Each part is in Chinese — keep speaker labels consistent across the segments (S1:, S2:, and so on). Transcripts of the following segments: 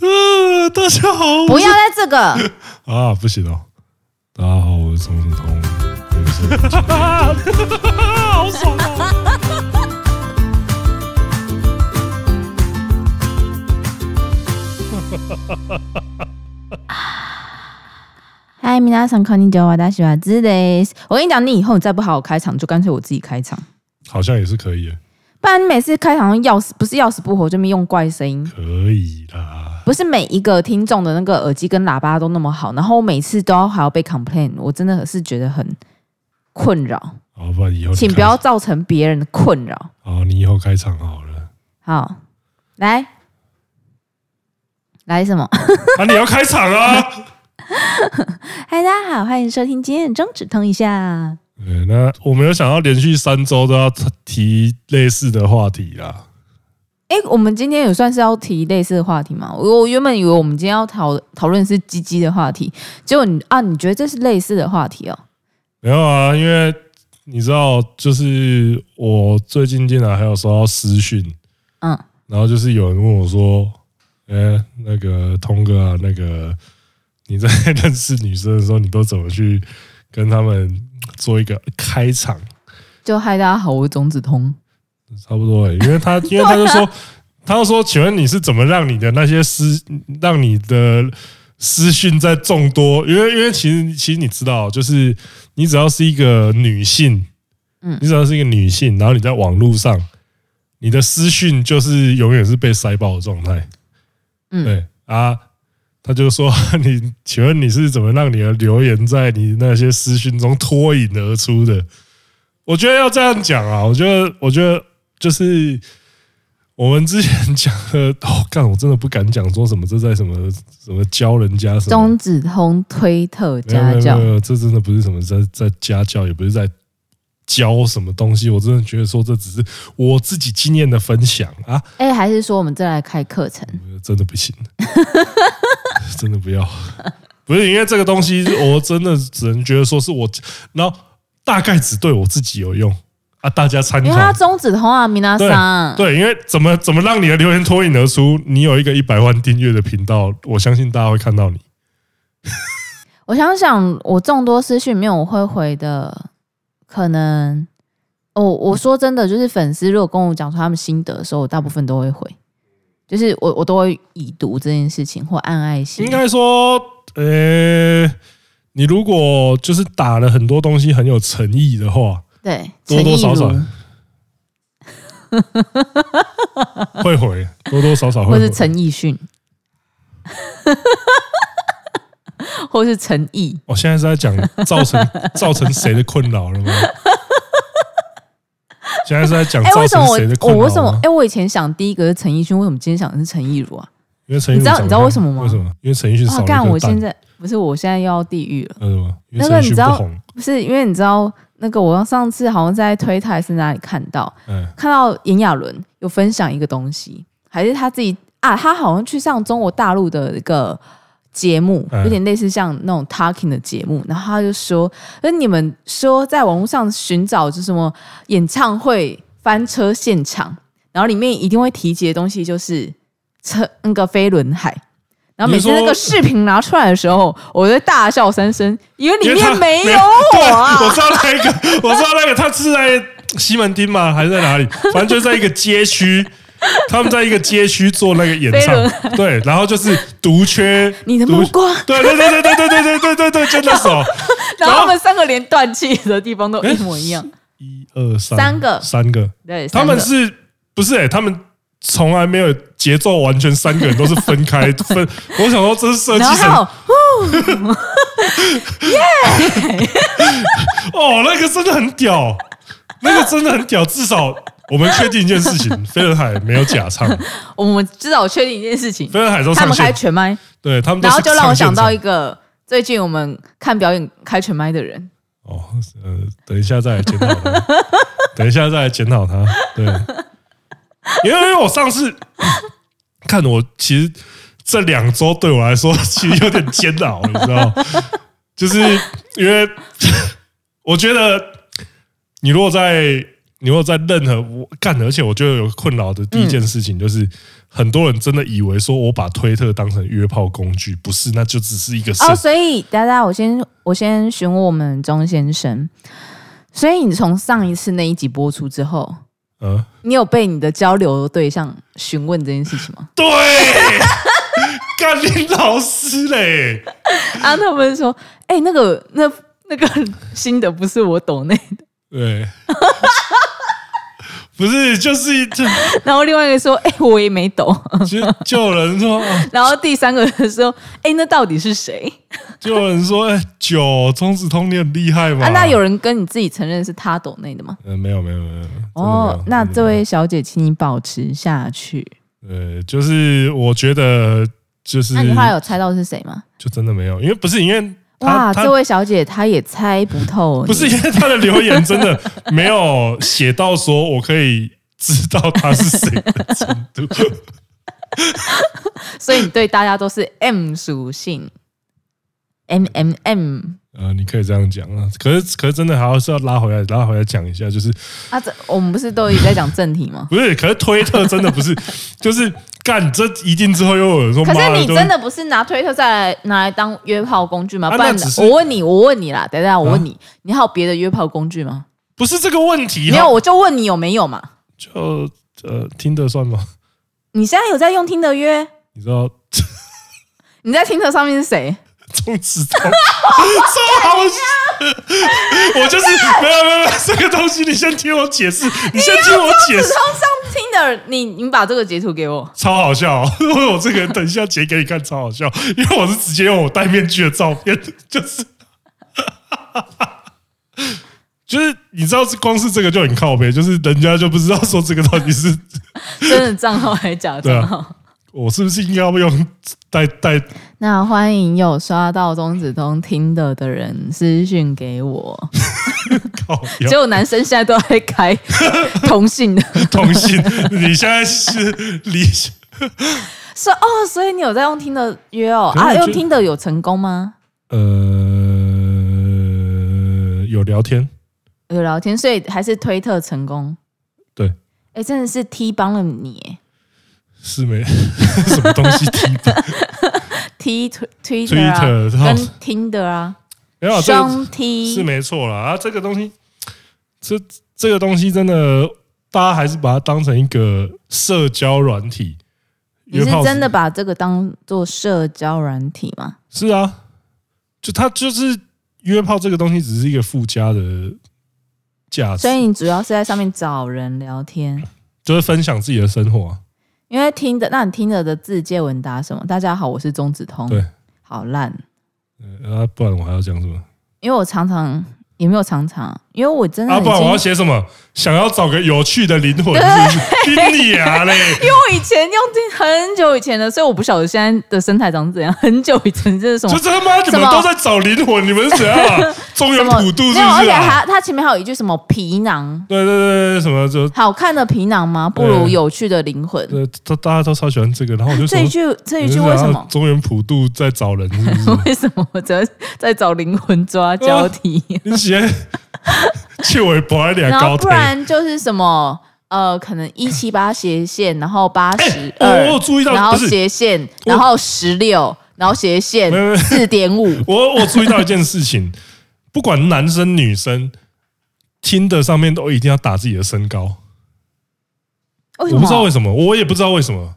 S1: 呃大家好，
S2: 不要在这个，
S1: 啊，不行哦。大家好，我是钟子通，我是好爽哦！
S2: 嗨，米娜桑康尼九瓦大喜欢 t h 我跟你讲，你以后你再不好好开场，就干脆我自己开场，
S1: 好像也是可以耶，
S2: 不然你每次开场要死不是要死不活，就没用怪声音。
S1: 可以啦。
S2: 不是每一个听众的那个耳机跟喇叭都那么好，然后我每次都要还要被 complain，我真的是觉得很困扰，
S1: 好，不然以后你
S2: 请
S1: 开
S2: 不要。造成别人的困扰。
S1: 好，你以后开场好了。
S2: 好，来，来什么？
S1: 啊，你要开场啊？
S2: 嗨，大家好，欢迎收听今天的中指通一下。
S1: 对，那我没有想到连续三周都要提类似的话题啦。
S2: 哎、我们今天有算是要提类似的话题吗？我我原本以为我们今天要讨讨论是鸡鸡的话题，结果你啊，你觉得这是类似的话题哦？
S1: 没有啊，因为你知道，就是我最近竟然还有收到私讯，
S2: 嗯，
S1: 然后就是有人问我说：“哎、那个通哥啊，那个你在认识女生的时候，你都怎么去跟他们做一个开场？”
S2: 就嗨，大家好，我是种子通。
S1: 差不多、欸，因为他因为他就说，他就说，请问你是怎么让你的那些私让你的私讯在众多？因为因为其实其实你知道，就是你只要是一个女性，
S2: 嗯
S1: 你只要是一个女性，然后你在网络上，你的私讯就是永远是被塞爆的状态。
S2: 嗯
S1: 对啊。他就说：“ 你请问你是怎么让你的留言在你那些私讯中脱颖而出的？”我觉得要这样讲啊，我觉得，我觉得就是我们之前讲的，哦，干，我真的不敢讲说什么这在什么什么教人家什么
S2: 中指通推特
S1: 没有
S2: 家
S1: 没有
S2: 教
S1: 没，有，这真的不是什么在在家教，也不是在教什么东西，我真的觉得说这只是我自己经验的分享啊，
S2: 哎、还是说我们再来开课程？
S1: 真的不 行，真的不要，不是因为这个东西，我真的只能觉得说是我，然后大概只对我自己有用啊，大家参
S2: 因为他
S1: 考。
S2: 中指通啊，米娜桑。
S1: 对，因为怎么怎么让你的留言脱颖而出？你有一个一百万订阅的频道，我相信大家会看到你。
S2: 我想想，我众多私讯里面我会回的，可能哦，我说真的，就是粉丝如果跟我讲说他们心得的时候，我大部分都会回，就是我我都会已读这件事情或按爱心
S1: 应。该说，呃、你如果就是打了很多东西很有诚意的话，
S2: 对，
S1: 多多
S2: 陈亦
S1: 少
S2: 儒
S1: 少会回，多多少少
S2: 或
S1: 会
S2: 是
S1: 回。
S2: 陈奕迅，或是陈毅，
S1: 我哦现在是在讲造 成造成谁的困扰了吗？现在是在讲
S2: 哎、
S1: 造
S2: 为什么
S1: 成
S2: 我
S1: 谁的
S2: 我
S1: 困
S2: 为什
S1: 扰
S2: 么
S1: 吗？？
S2: 哎、我以前想第一个是陈奕迅，为什么今天想的是陈亦儒啊？
S1: 因为陈奕迅
S2: 你知道
S1: 长
S2: 你
S1: 得
S2: 知道
S1: 像
S2: 为什么吗
S1: 为什么？因为陈奕迅少
S2: 哇，
S1: 了一
S2: 干！
S1: 颗
S2: 我现
S1: 蛋。
S2: 在不是，我现在又要地狱了。
S1: 为什么？因为
S2: 那
S1: 陈
S2: 个
S1: 奕
S2: 你
S1: 迅
S2: 知
S1: 不
S2: 道
S1: 红。
S2: 不是因为你知道那个，我上次好像在推特还是哪里看到，
S1: 嗯，
S2: 看到炎亚纶有分享一个东西，还是他自己啊，他好像去上中国大陆的一个节目，
S1: 嗯
S2: 有点类似像那种 talking 的节目，然后他就说，那你们说在网络上寻找就是什么演唱会翻车现场，然后里面一定会提及的东西就是车那个飞轮海。然后每次
S1: 你是说
S2: 那个视频拿出来的时候，我就大笑三声，因为里
S1: 因为他
S2: 面没有我啊！
S1: 对，我知道那一个，我知道那个，他是在西门町吗？还是在哪里？反正就是在一个街区，他们在一个街区做那个演
S2: 飞
S1: 唱，对，然后就是独缺，
S2: 你的
S1: 独
S2: 目光
S1: 对对对对对对对对对对，就那首。
S2: 然后他们三个连断气的地方都一模一样。
S1: 一二三，
S2: 三个
S1: 三个，
S2: 对，
S1: 他们
S2: 三个
S1: 是不是、欸？他们从来没有节奏完全三个人都是分开分。我想说，这是设计
S2: 然后
S1: 成
S2: 还有
S1: 哦，那个真的很屌，那个真的很屌。至少我们确定一件事情，飞轮海没有假唱，
S2: 我们至少确定一件事情，
S1: 飞轮海都
S2: 他
S1: 上
S2: 们开
S1: 线，
S2: 全麦，
S1: 对他们都
S2: 然
S1: 是
S2: 后就让我想到
S1: 上
S2: 一
S1: 线
S2: 个最近我们看表演开全麦的人，
S1: 唱哦，呃，等一下再来检讨他， 等一下再来检讨他，对，因为因为我上次 看我其实这两周对我来说其实有点煎熬，你知道，就是因为我觉得你如果在你如果在任何我干，而且我觉得有困扰的第一件事情就是，很多人真的以为说我把推特当成约炮工具，不是，那就只是一个社
S2: 哦，所以大家，我先我先询问我们钟先生，所以你从上一次那一集播出之后，
S1: 呃，
S2: 你有被你的交流对象询问这件事情吗？
S1: 对，干你老师嘞，
S2: 啊，他们说，哎、那个那那个新的不是我抖内的，
S1: 对，不是，就是就
S2: 然后另外一个说，哎、我也没 抖，
S1: 就就有人说，哦
S2: 然后第三个人说，哎、那到底是谁？
S1: 就有人说，哎、九中子通你很厉害吗？
S2: 啊，那有人跟你自己承认是他抖内的吗？
S1: 嗯、没有没有没有，没有真
S2: 哦，
S1: 的没有
S2: 那
S1: 真的
S2: 这位小姐，请你保持下去。
S1: 呃，就是我觉得就是
S2: 那你后来有猜到是谁吗？
S1: 就真的没有，因为不是因为
S2: 哇，
S1: 他他
S2: 这位小姐她也猜不透，
S1: 不是因为他的留言真的没有写到说我可以知道他是谁的程度，
S2: 所以你对大家都是 M 属性，M M M
S1: 呃，你可以这样讲啊。可是可是真的还要是要拉回来拉回来讲一下，就是
S2: 啊，这我们不是都一直在讲正题 吗？
S1: 不是？可是推特真的不是， 就是干这一定之后又有人说，
S2: 可
S1: 妈
S2: 是你
S1: 都
S2: 真的不是拿推特再来拿来当约炮工具吗？
S1: 啊
S2: 不然
S1: 那只是啊
S2: 我问你，我问你啦，等一下我问你，你还有别的约炮工具吗？
S1: 不是这个问题
S2: 没有，
S1: 哈，
S2: 我就问你有没有嘛？
S1: 就呃听得算吗？
S2: 你现在有在用听的约？
S1: 你知道
S2: 你在听的上面是谁？
S1: 中指 头，超好笑。我就是没有没有没有这个东西，你先听我解释，你先听我解
S2: 子
S1: 释
S2: 通，上听的，你你把这个截图给我。
S1: 超好笑、 哦。我这个等一下截给你看，超好笑，因为我是直接用我戴面具的照片， 就是。就是你知道，是光是这个就很靠背，就是人家就不知道说这个到底是
S2: 真的账号还是假
S1: 对
S2: 账
S1: 啊
S2: 号？
S1: 我是不是应该要用戴戴
S2: 那欢迎有刷到钟子通听的的人私讯给我。
S1: 靠腰
S2: 结果男生现在都在开 同性的，
S1: 通信？你现在是 理
S2: 说哦，所以你有在用听的约哦
S1: 可是我
S2: 啊？
S1: 觉得
S2: 用听的有成功吗？
S1: 呃，有聊天，
S2: 有聊天，所以还是推特成功。
S1: 对，
S2: 哎，真的是 T 帮了你耶
S1: 是没 什么东西提的，
S2: ，T 推 Twitter 啊
S1: Twitter，
S2: 跟 Tinder 啊，
S1: 没有啊这个
S2: 双 T
S1: 是没错啦。啊，这个东西，这这个东西真的，大家还是把它当成一个社交软体。
S2: 你是
S1: 约炮
S2: 真的把这个当做社交软体吗？
S1: 是啊，就它就是约炮这个东西，只是一个附加的价值
S2: 所，以你主要是在上面找人聊天，
S1: 就是分享自己的生活啊、
S2: 因为听的，那你听的的自介文打什么？大家好，我是钟子通。
S1: 对，
S2: 好烂，
S1: 呃啊，不然我还要讲什么？
S2: 因为我常常也没有常常，因为我真的
S1: 啊，
S2: 已
S1: 不
S2: 经，
S1: 然我要
S2: 因
S1: 写什么？想要找个有趣的灵魂，是 不是？听你啊嘞！
S2: 为我以前用听很久以前的，所以我不晓得现在的生态长怎样。很久以前这是什么
S1: 就？他妈你
S2: 什
S1: 们
S2: 么
S1: 都在找灵魂，你们是怎样 啊？中
S2: 什
S1: 原
S2: 么
S1: 普渡是
S2: 没有，
S1: 不
S2: 而
S1: 是
S2: 且
S1: 啊？
S2: 它它前面还有一句什么皮囊，
S1: 对对对，对什么就
S2: 好看的皮囊吗？不如
S1: 对
S2: 有趣的灵魂。
S1: 呃，都大家都超喜欢这个，然后我就说
S2: 这一句这一
S1: 你
S2: 句
S1: 是
S2: 为什
S1: 想
S2: 么
S1: 要？中原普渡在找人是不 是？
S2: 为什么我只要在找灵魂抓交 替？
S1: 你写切尾博爱俩
S2: 然
S1: 高
S2: 后
S1: 啊
S2: 不
S1: 腿。
S2: 然就是什么呃，可能一七八斜线，然后八十
S1: 我哎我有
S2: 二，
S1: 注意到
S2: 然后
S1: 不是
S2: 斜线，
S1: 我
S2: 然后十六，然后斜线
S1: 没有没有
S2: 四点五，
S1: 我我注意到一件事情，不管男生女生，听的上面都一定要打自己的身高。
S2: 为什
S1: 我不知道
S2: 么
S1: 为？什么，我也不知道为什么，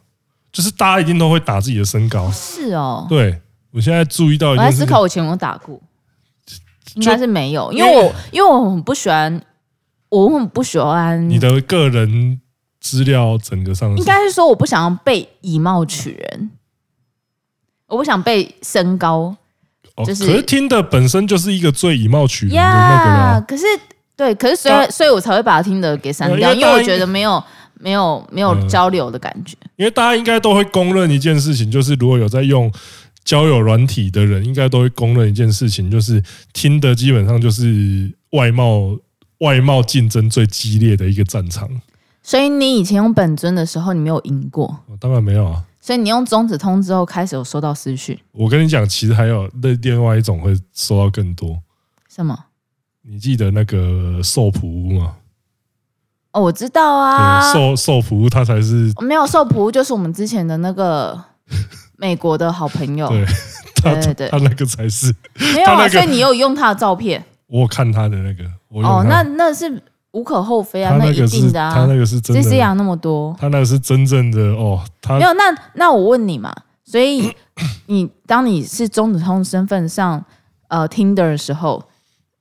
S1: 就是大家一定都会打自己的身高。
S2: 是哦，
S1: 对我现在注意到一
S2: 我
S1: 件
S2: 在
S1: 事
S2: 思
S1: 情，
S2: 考我以前有没有打过，应该是没有，因
S1: 因
S2: 为
S1: 为
S2: 我因为我很不喜欢，我很不喜欢，
S1: 你的个人资料整个上
S2: 应该是说我不想要被以貌取人，我不想被身高
S1: 哦
S2: 就是
S1: 可是听的本身就是一个最以貌取人的嗯那个啦。
S2: 可是对，可是所以
S1: 当
S2: 所以我才会把听的给删
S1: 对
S2: 掉，因
S1: 因为
S2: 为我
S1: 当
S2: 觉得没有没有没有
S1: 嗯
S2: 交流的感觉。
S1: 因为大家应该都会公认一件事情，就是如果有在用交友软体的人，应该都会公认一件事情，就是听的基本上就是外貌外貌竞争最激烈的一个战场。
S2: 所以你以前用本尊的时候，你没有赢过，
S1: 哦当然没有啊，
S2: 所以你用中子通之后开始有收到私讯，
S1: 我跟你讲，其实还有另另外一种会收到更多。
S2: 什么？
S1: 你记得那个寿普屋吗？
S2: 哦，我知道
S1: 对，
S2: 啊，
S1: 受受服务他才是
S2: 没有受仆就是我们之前的那个美国的好朋 友，
S1: 对他
S2: 对对
S1: 他那个才是。
S2: 没有
S1: 他那
S2: 啊，
S1: 个
S2: 所以你有用他的照片
S1: 我有看他的那个，我有
S2: 哦，
S1: 看
S2: 那那是无可厚非啊
S1: 他，那
S2: 一
S1: 个
S2: 定
S1: 是
S2: 的
S1: 他
S2: 啊
S1: 那。个是真
S2: 这只
S1: 的，
S2: 羊那么多，
S1: 他那个是真正的哦，他
S2: 没有那那我问你嘛，所以 你当你是中子通身份上呃 Tinder 的时候，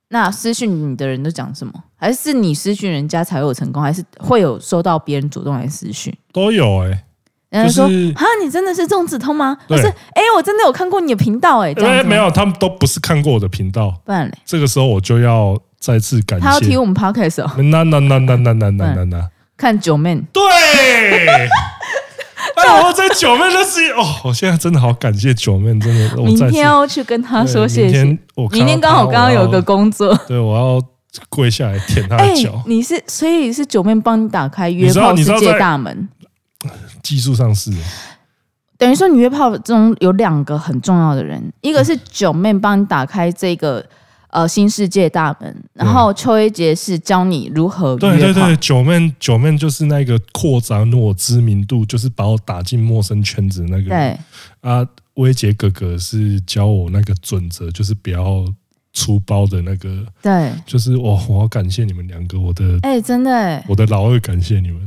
S2: 那私讯你的人都讲什么？还是你私讯人家才会有成功，还是会有收到别人主动来私讯？
S1: 都有哎、
S2: 人家说：“
S1: 就是
S2: 啊，你真的是中子通吗？”不
S1: 对
S2: 是，哎、我真的有看过你的频道、哎，这
S1: 因
S2: 样
S1: 为
S2: 子吗
S1: 没，有，他们都不是看过我的频道，
S2: 不然嘞，
S1: 这个时候我就要再次感
S2: 他要
S1: 谢
S2: 听。我们嗯 podcast 哦，
S1: 那那那那那那那那那，
S2: 看九妹，
S1: 对。 哎，我在九妹那是哦，我现在真的好感谢九妹，真的。我
S2: 明
S1: 再次
S2: 天要去跟他
S1: 对
S2: 说谢
S1: 明
S2: 谢。
S1: 天我看
S2: 明天
S1: 到
S2: 刚
S1: 她
S2: 好刚刚有一，
S1: 我
S2: 个
S1: 要
S2: 工作，
S1: 对我要跪下来舔她
S2: 哎、
S1: 的脚，
S2: 你是所以是九妹帮你打开约
S1: 你知道
S2: 炮
S1: 你知
S2: 世
S1: 道
S2: 界
S1: 在
S2: 大门，
S1: 技术上是
S2: 等于说你约炮中有两个很重要的
S1: 嗯
S2: 人，一个是九妹帮你打开这个呃新世界大门，然后邱一杰是教你如何约炮，
S1: 对对对，九妹九妹就是那个扩展我知名度，就是把我打进陌生圈子的那个人。
S2: 对
S1: 啊，威杰哥哥是教我那个准则，就是不要出包的那个，
S2: 对，
S1: 就是我我要感谢你们两个，我的、
S2: 哎、真的哎、
S1: 我的老二感谢你们，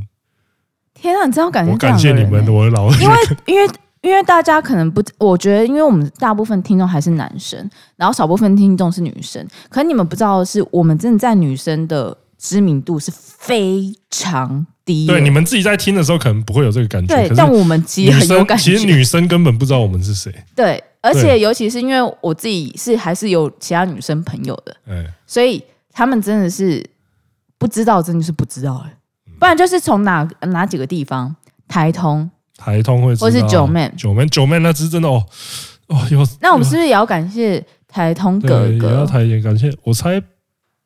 S2: 天啊，你真要感谢
S1: 我
S2: 这
S1: 感
S2: 样的
S1: 谢
S2: 人
S1: 你们，
S2: 欸
S1: 我的老二
S2: 因为因为因为大家可能不，我觉得因为我们大部分听众还是男生，然后少部分听众是女生，可你们不知道的是，我们真的在女生的知名度是非常低的，
S1: 对你们自己在听的时候可能不会有这个感觉，
S2: 对
S1: 可
S2: 但
S1: 是
S2: 我们其
S1: 女
S2: 实很有
S1: 生
S2: 感
S1: 其
S2: 觉
S1: 实，女生根本不知道我们是谁，
S2: 对，而且
S1: 对
S2: 尤其是因为我自己是还是有其他女生朋友的，
S1: 哎、
S2: 所以他们真的是不知道，真的是不知道哎、不然就是从哪哪几个地方，台通，
S1: 台通会知道
S2: 或是九妹
S1: 九妹九妹那只真的哦哦有，
S2: 那我们是不是也要感谢台通哥
S1: 对也要
S2: 哥？
S1: 台也感谢，我猜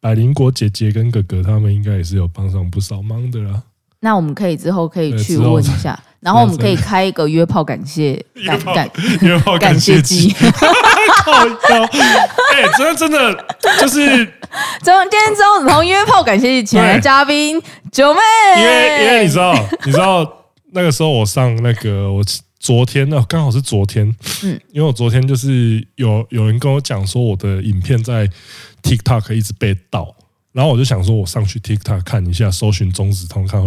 S1: 百灵果姐姐跟哥哥他们应该也是有帮上不少忙的啦。
S2: 那我们可以之后可以
S1: 对
S2: 去
S1: 之后
S2: 问一下，然后我们可以开一个约炮感谢
S1: 约
S2: 感
S1: 炮
S2: 感
S1: 约炮
S2: 感
S1: 谢
S2: 谢 机。
S1: 靠腰，哎、真的真的就是
S2: 周今天周子彤约炮感谢季请来的嘉宾九妹，
S1: 因为因为你知道你知道那个时候我上那个我昨天呢刚好是昨天，
S2: 嗯
S1: 嗯，因为我昨天就是有有人跟我讲说我的影片在 TikTok 一直被盗。然后我就想说，我上去 TikTok 看一下，搜寻中子通看，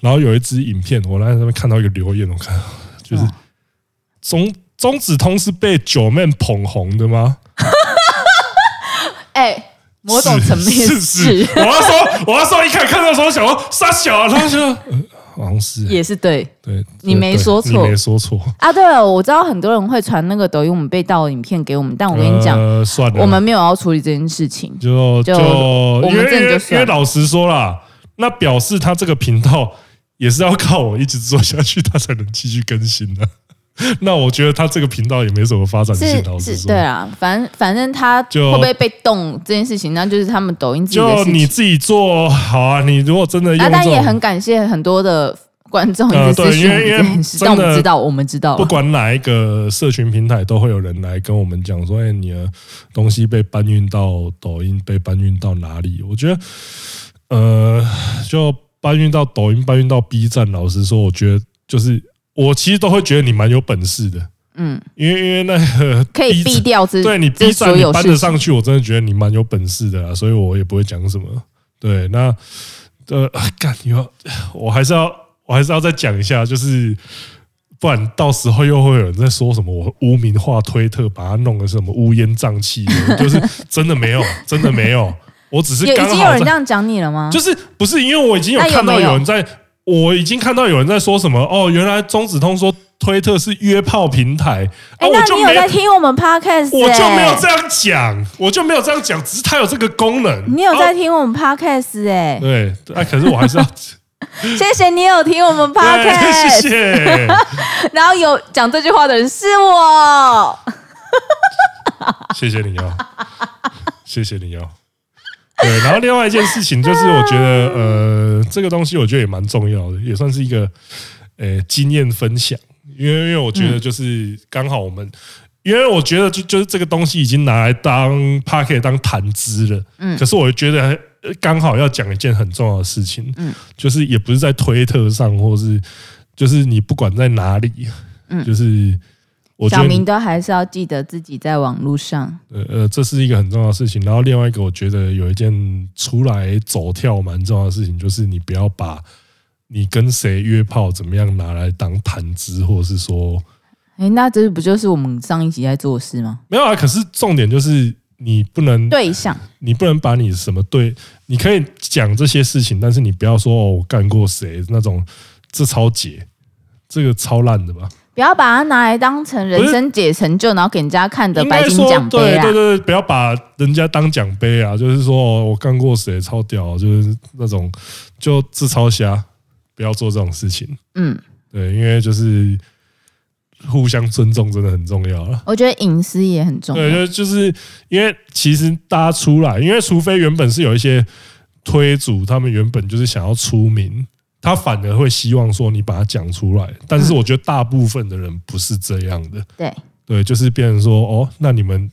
S1: 然后有一支影片，我在那边看到一个留言，我看就是
S2: 嗯
S1: 中中子通是被九妹捧红的吗？
S2: 哎、某种层面
S1: 是是，我要说，我要说，一看看到的时候想说傻小啊，然后就说、呃、 好像是
S2: 也是对
S1: 对，
S2: 你
S1: 对
S2: 没
S1: 对
S2: 说
S1: 你
S2: 错
S1: 没说错。
S2: 啊。对了，我知道很多人会传那个抖音我们被盗的影片给我们，但我跟你讲，
S1: 呃、算了，
S2: 我们没有要处理这件事情。
S1: 就
S2: 就
S1: 就
S2: 我
S1: 因
S2: 们
S1: 为
S2: 这
S1: 因
S2: 里就
S1: 为因
S2: 算
S1: 为
S2: 了
S1: 老实说啦，那表示他这个频道也是要靠我一直做下去，他才能继续更新的、 那我觉得他这个频道也没什么发展性，老
S2: 是
S1: 实
S2: 是，
S1: 说。
S2: 对啊，反正反正他
S1: 就
S2: 会不会被动这件事情，那就是他们抖音自己的
S1: 就
S2: 事情。
S1: 你自己做好啊！你如果真的 用
S2: 啊，
S1: 这
S2: 但也
S1: 种
S2: 很感谢很多的观众
S1: 呃
S2: 一直
S1: 对
S2: 私讯我
S1: 因
S2: 们
S1: 为
S2: 这件事，
S1: 因为
S2: 但我
S1: 真
S2: 们
S1: 的
S2: 知道，我们知道
S1: 不，管哪一个社群平台，都会有人来跟我们讲说：“哎、你的东西被搬运到抖音，被搬运到哪里？”我觉得，呃，就搬运到抖音，搬运到 B 站。老实说，我觉得就是我其实都会觉得你蛮有本事的，
S2: 嗯，
S1: 因为因为那个
S2: 可以避
S1: 站
S2: 掉这
S1: 对你 B
S2: 这所
S1: 站你
S2: 有
S1: 搬
S2: 事
S1: 得
S2: 情。
S1: 上去，我真的觉得你蛮有本事的啊啦，所以我也不会讲什么。对，那呃，啊干，你要我还是要我还是要再讲一下，就是不然到时候又会有人在说什么我污名化推特，把它弄得什么乌烟瘴气的，就是真的没有，真的没有，我只是
S2: 有
S1: 刚
S2: 已经有
S1: 好
S2: 人这
S1: 在，
S2: 样讲你了吗？
S1: 就是不是因为我已经有
S2: 那有
S1: 看到
S2: 没有
S1: 有人在，我已经看到有人在说什么哦，原来中子通说推特是约炮平台，啊，
S2: 哎，
S1: 我
S2: 那
S1: 就
S2: 你
S1: 没
S2: 有在听我们 podcast？
S1: 我就没有
S2: 哎
S1: 这样讲，我就没有这样讲，只是它有这个功能。
S2: 你有在
S1: 哦
S2: 听我们 podcast 哎、
S1: 对，啊，可是我还是要
S2: 谢谢你有听我们
S1: 对，
S2: podcast，
S1: 谢谢。
S2: 然后有讲这句话的人是我。
S1: 谢谢你哦，谢谢你哦。对，然后另外一件事情 就是，我觉得呃，这个东西我觉得也蛮重要的，也算是一个呃经验分享，因为因为我觉得就是刚好我们因为我觉得就就是这个东西已经拿来当 p a c k e t 当谈资了。
S2: 嗯
S1: 可是我觉得呃刚好要讲一件很重要的事情，
S2: 嗯
S1: 就是也不是在推特上，或是就是你不管在哪里，
S2: 嗯
S1: 就是我觉
S2: 小
S1: 得
S2: 明
S1: 你
S2: 都还是要记得自己在网络上，
S1: 呃呃，这是一个很重要的事情。然后另外一个，我觉得有一件出来走跳蛮重要的事情，就是你不要把你跟谁约炮怎么样拿来当谈资，或者是说
S2: 哎、那这不就是我们上一集在做的事吗？
S1: 没有啊。可是重点就是你不能
S2: 对象，
S1: 你不能把你什么对，你可以讲这些事情，但是你不要说哦，我干过谁那种，这超解，这个超烂的吧？
S2: 不要把它拿来当成人
S1: 不是
S2: 生解成就，然后给人家看的
S1: 应
S2: 白
S1: 该
S2: 金
S1: 说，
S2: 奖杯啊
S1: 对
S2: 啦
S1: 对对，。对不要把人家当奖杯啊，就是说、哦、我干过谁超屌，啊就是那种就自超瞎，不要做这种事情。
S2: 嗯，
S1: 对，因为就是互相尊重真的很重要了。
S2: 我觉得隐私也很重
S1: 对，
S2: 要。
S1: 就就是因为其实大家出来，因为除非原本是有一些推主，他们原本就是想要出名，他反而会希望说你把它讲出来。但
S2: 嗯
S1: 是我觉得大部分的人不是这样的，
S2: 对，
S1: 对，就是变成说哦，那你们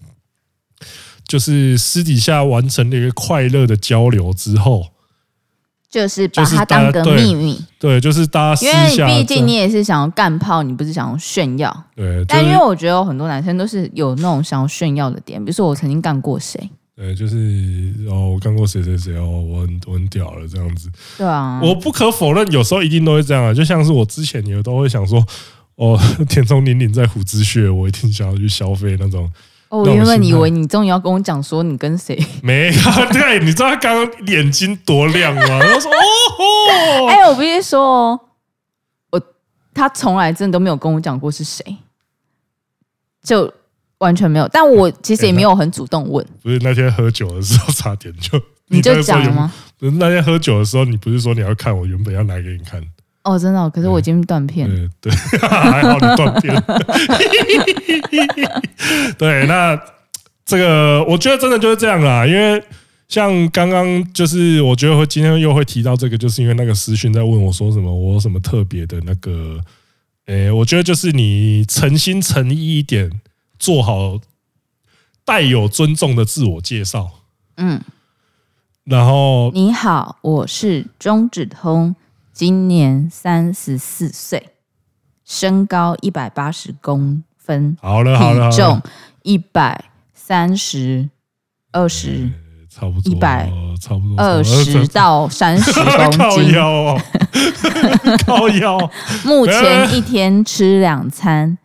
S1: 就是私底下完成了一个快乐的交流之后，
S2: 就是把
S1: 就是
S2: 它
S1: 大家
S2: 当个
S1: 对
S2: 秘密，
S1: 对，就是大家
S2: 因为
S1: 私
S2: 你
S1: 下
S2: 毕竟你也是想要干炮，你不是想要炫耀。
S1: 对，就
S2: 但因为
S1: 是
S2: 我觉得有很多男生都是有那种想要炫耀的点，比如说我曾经干过谁，
S1: 对，就是哦，我干过谁谁谁哦，我很我很屌了这样子。
S2: 对啊，
S1: 我不可否认，有时候一定都会这样啊。就像是我之前也都会想说，哦， 田中玲玲在虎之穴，我一定想要去消费那种。
S2: 哦我
S1: 那我
S2: 原本
S1: 心
S2: 以
S1: 态
S2: 为你终于要跟我讲说你跟谁，
S1: 没有， 对，你知道他刚刚眼睛多亮吗？然后说，哦吼，
S2: 哎、我必须说哦，我他从来真的都没有跟我讲过是谁，就完全没有。但我其实也没有很主动问，
S1: 不是那天喝酒的时候差点就，
S2: 你
S1: 那
S2: 就
S1: 个时候
S2: 讲
S1: 有
S2: 了？吗？
S1: 不是那天喝酒的时候，你不是说你要看我原本要拿给你看？
S2: 哦，真的哦、可是我已经断片了。
S1: 对对， 还好你断片。 对，那这个我觉得真的就是这样啦，因为像刚刚就是我觉得会今天又会提到这个，就是因为那个私讯在问我说什么，我有什么特别的那个，诶、我觉得就是你诚心诚意一点，做好带有尊重的自我介绍，
S2: 嗯，
S1: 然后
S2: 你好，我是钟子通，今年三十四岁，身高一百八十公分，
S1: 好了好了，好
S2: 体
S1: 了
S2: 重一百三十二十。
S1: 差不多
S2: 100
S1: 差不多
S2: 二十到三十 公
S1: 靠
S2: 斤，
S1: 腰哦，靠腰。
S2: 目前一天吃两餐，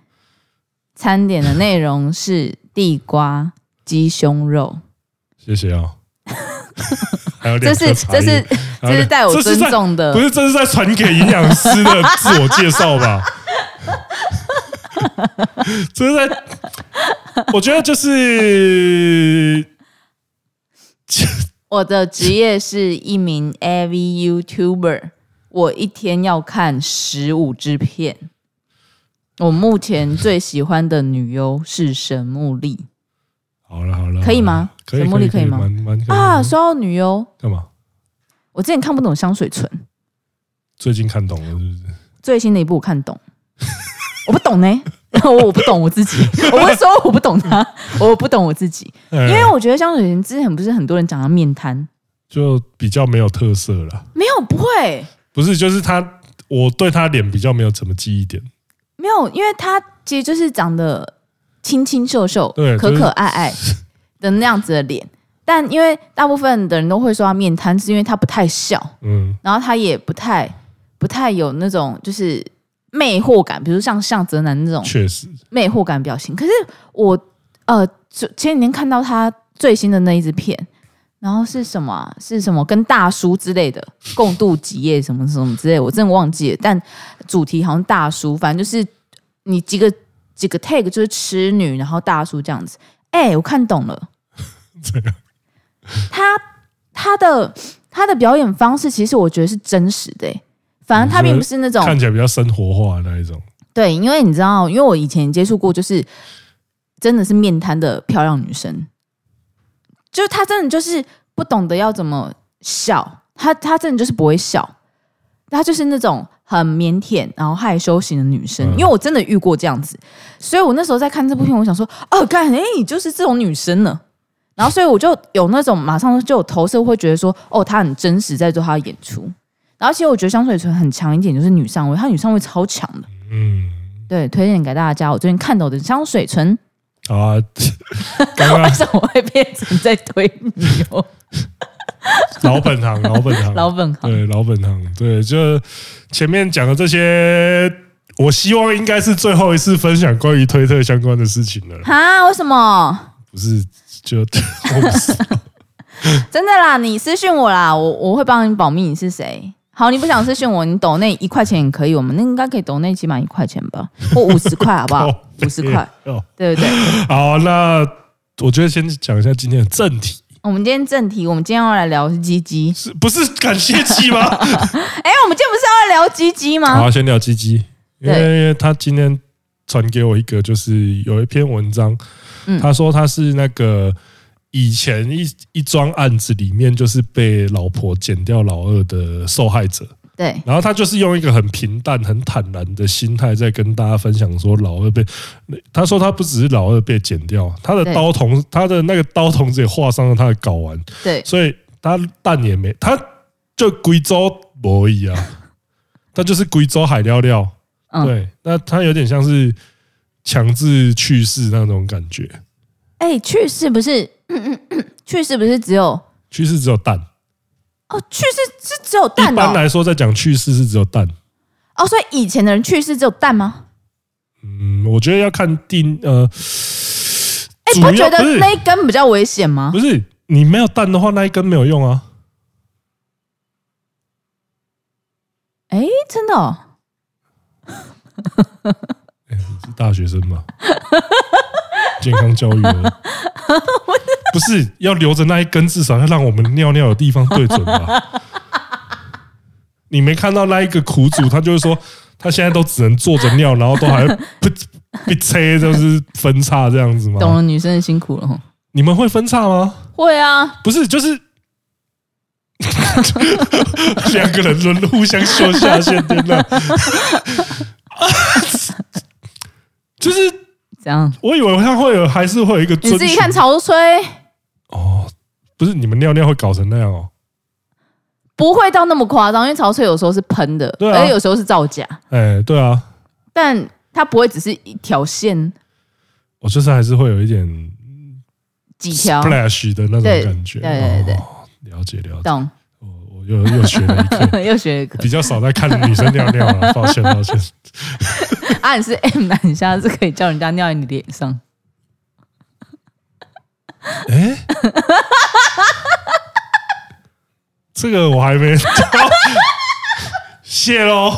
S2: 餐点的内容是地瓜、鸡 胸肉。
S1: 谢谢哦。 还有
S2: 这
S1: 两
S2: 是
S1: 颗茶
S2: 这
S1: 叶
S2: 是
S1: 还有
S2: 这
S1: 两
S2: 是带有
S1: 这是
S2: 尊
S1: 在
S2: 重的
S1: 不，是这是在传给营养师的自我介绍 吧？这是在，我觉得就是
S2: 我的职业是一名 AV YouTuber，我一天要看十五支片。我目前最喜欢的女优是神木丽
S1: 好了好了，
S2: 可以吗
S1: 可以
S2: 神木力
S1: 可
S2: 可以吗
S1: 蛮蛮可以
S2: 啊！
S1: 的
S2: 说到女优，
S1: 干嘛？
S2: 我之前看不懂香水唇，
S1: 最近看懂了是不是？
S2: 最新的一部我看懂，我不懂呢、我我不懂我自己，我不是说我不懂他，我不懂我自己，因为
S1: 哎
S2: 我觉得香水人之前不是很多人讲到面瘫，
S1: 就比较没有特色了，
S2: 没有不会，
S1: 不是就是他，我对他脸比较没有什么记忆点。
S2: 没有，因为他其实就是长得清清秀秀
S1: 对、
S2: 可
S1: 就是
S2: 可爱爱的那样子的脸，但因为大部分的人都会说他面瘫，是因为他不太笑，
S1: 嗯，
S2: 然后他也不太不太有那种就是魅惑感，比如像像泽南那种
S1: 确实，
S2: 魅惑感表情。可是我呃前前几天看到他最新的那一支片，然后是什么啊、是什么跟大叔之类的共度几夜什么什么之类，我真的忘记了。但主题好像大叔，反正就是你几个几个 tag 就是痴女，然后大叔这样子。哎、我看懂了，
S1: 这样
S2: 他他的他的表演方式，其实我觉得是真实的、欸。反正他并不是那种
S1: 看起来比较生活化的那一种。
S2: 对，因为你知道，因为我以前接触过，就是真的是面瘫的漂亮女生，就是她真的就是不懂得要怎么笑，她她真的就是不会笑，她就是那种很腼腆，然后害羞型的女生，
S1: 嗯
S2: 因为我真的遇过这样子，所以我那时候在看这部片，我想说，哦，干，哎、你就是这种女生呢。然后，所以我就有那种马上就有投射，会觉得说，哦，她很真实在做她的演出。然后，其实我觉得香水唇很强一点，就是女上位，她女上位超强的。
S1: 嗯，
S2: 对，推荐给大家。我最近看到的香水唇，
S1: 好啊， 刚
S2: 为
S1: 刚
S2: 什么会变成在推女优？
S1: 老本行，老本行，
S2: 老本行，
S1: 对老本行，对，就前面讲的这些，我希望应该是最后一次分享关于推特相关的事情了啦，
S2: 哈？为什么？
S1: 不是就我不是？
S2: 真的啦，你私讯我啦，我我会帮你保密你是谁。好，你不想私讯我，你抖那一块钱也可以，我们那应该可以抖那起码一块钱吧，或五十块好不好 五十块，
S1: 哦。
S2: 对不对？
S1: 好，那我觉得先讲一下今天的正题，
S2: 我们今天正题，我们今天要来聊是鸡鸡。
S1: 是不是感谢鸡吗？
S2: 哎，我们今天不是要来聊鸡鸡吗？
S1: 好，先聊鸡鸡，因为
S2: 啊对
S1: 因为他今天传给我一个，就是有一篇文章，
S2: 嗯
S1: 他说他是那个以前一一桩案子里面，就是被老婆剪掉老二的受害者，
S2: 对，
S1: 然后他就是用一个很平淡、很坦然的心态在跟大家分享说，老二被他说他不只是老二被剪掉，他的
S2: 对
S1: 刀筒，他的那个刀筒子也划伤了他的睾丸，
S2: 对，
S1: 所以他蛋也没，他就贵州博弈 啊，他就是贵州海料料。
S2: 嗯
S1: 对，那他有点像是强制去世那种感觉，
S2: 哎，去世不是， 去世不是只有
S1: 去世只有蛋。
S2: 哦，去世是只有
S1: 一
S2: 蛋
S1: 般
S2: 哦，
S1: 来说，在讲去世是只有蛋。
S2: 哦，所以以前的人去世只有蛋吗？
S1: 嗯，我觉得要看定呃，
S2: 哎、
S1: 主
S2: 你不觉
S1: 要
S2: 得
S1: 不是
S2: 那一根比较危险吗？
S1: 不是你没有蛋的话，那一根没有用啊。
S2: 哎、真的、哦，
S1: 是大学生吗？ 健康教育了， 不是要留着那一根，至少要让我们尿尿的地方对准吧？ 你没看到那一个苦主，他就是说，他现在都只能坐着尿，然后都还 不被切，就是分叉这样子
S2: 懂
S1: 吗？
S2: 了女生的辛苦了吼。
S1: 你们会分叉吗？
S2: 会啊，
S1: 不是，就是 两个人轮互相秀下限，天哪！ 就是
S2: 这样
S1: 我以为他会有，还是会有一个遵
S2: 你
S1: 循。
S2: 自己看潮吹，
S1: 哦，不是你们尿尿会搞成那样哦。
S2: 不会到那么夸张，因为潮吹有时候是喷的，
S1: 对啊
S2: 而且有时候是造假，
S1: 哎，对啊，
S2: 但它不会只是一条线
S1: 我就是还是会有一点
S2: 几条，
S1: splash 的那种
S2: 对
S1: 感觉。
S2: 对对对
S1: 哦了解了解。
S2: 懂？
S1: 我我又又学了一课，
S2: 又学一个
S1: 比较少在看女生尿尿了，抱歉抱歉。
S2: 啊，你是 M 男，你下次可以叫人家尿在你脸上。
S1: 哎、这个我还没 哦谢喽，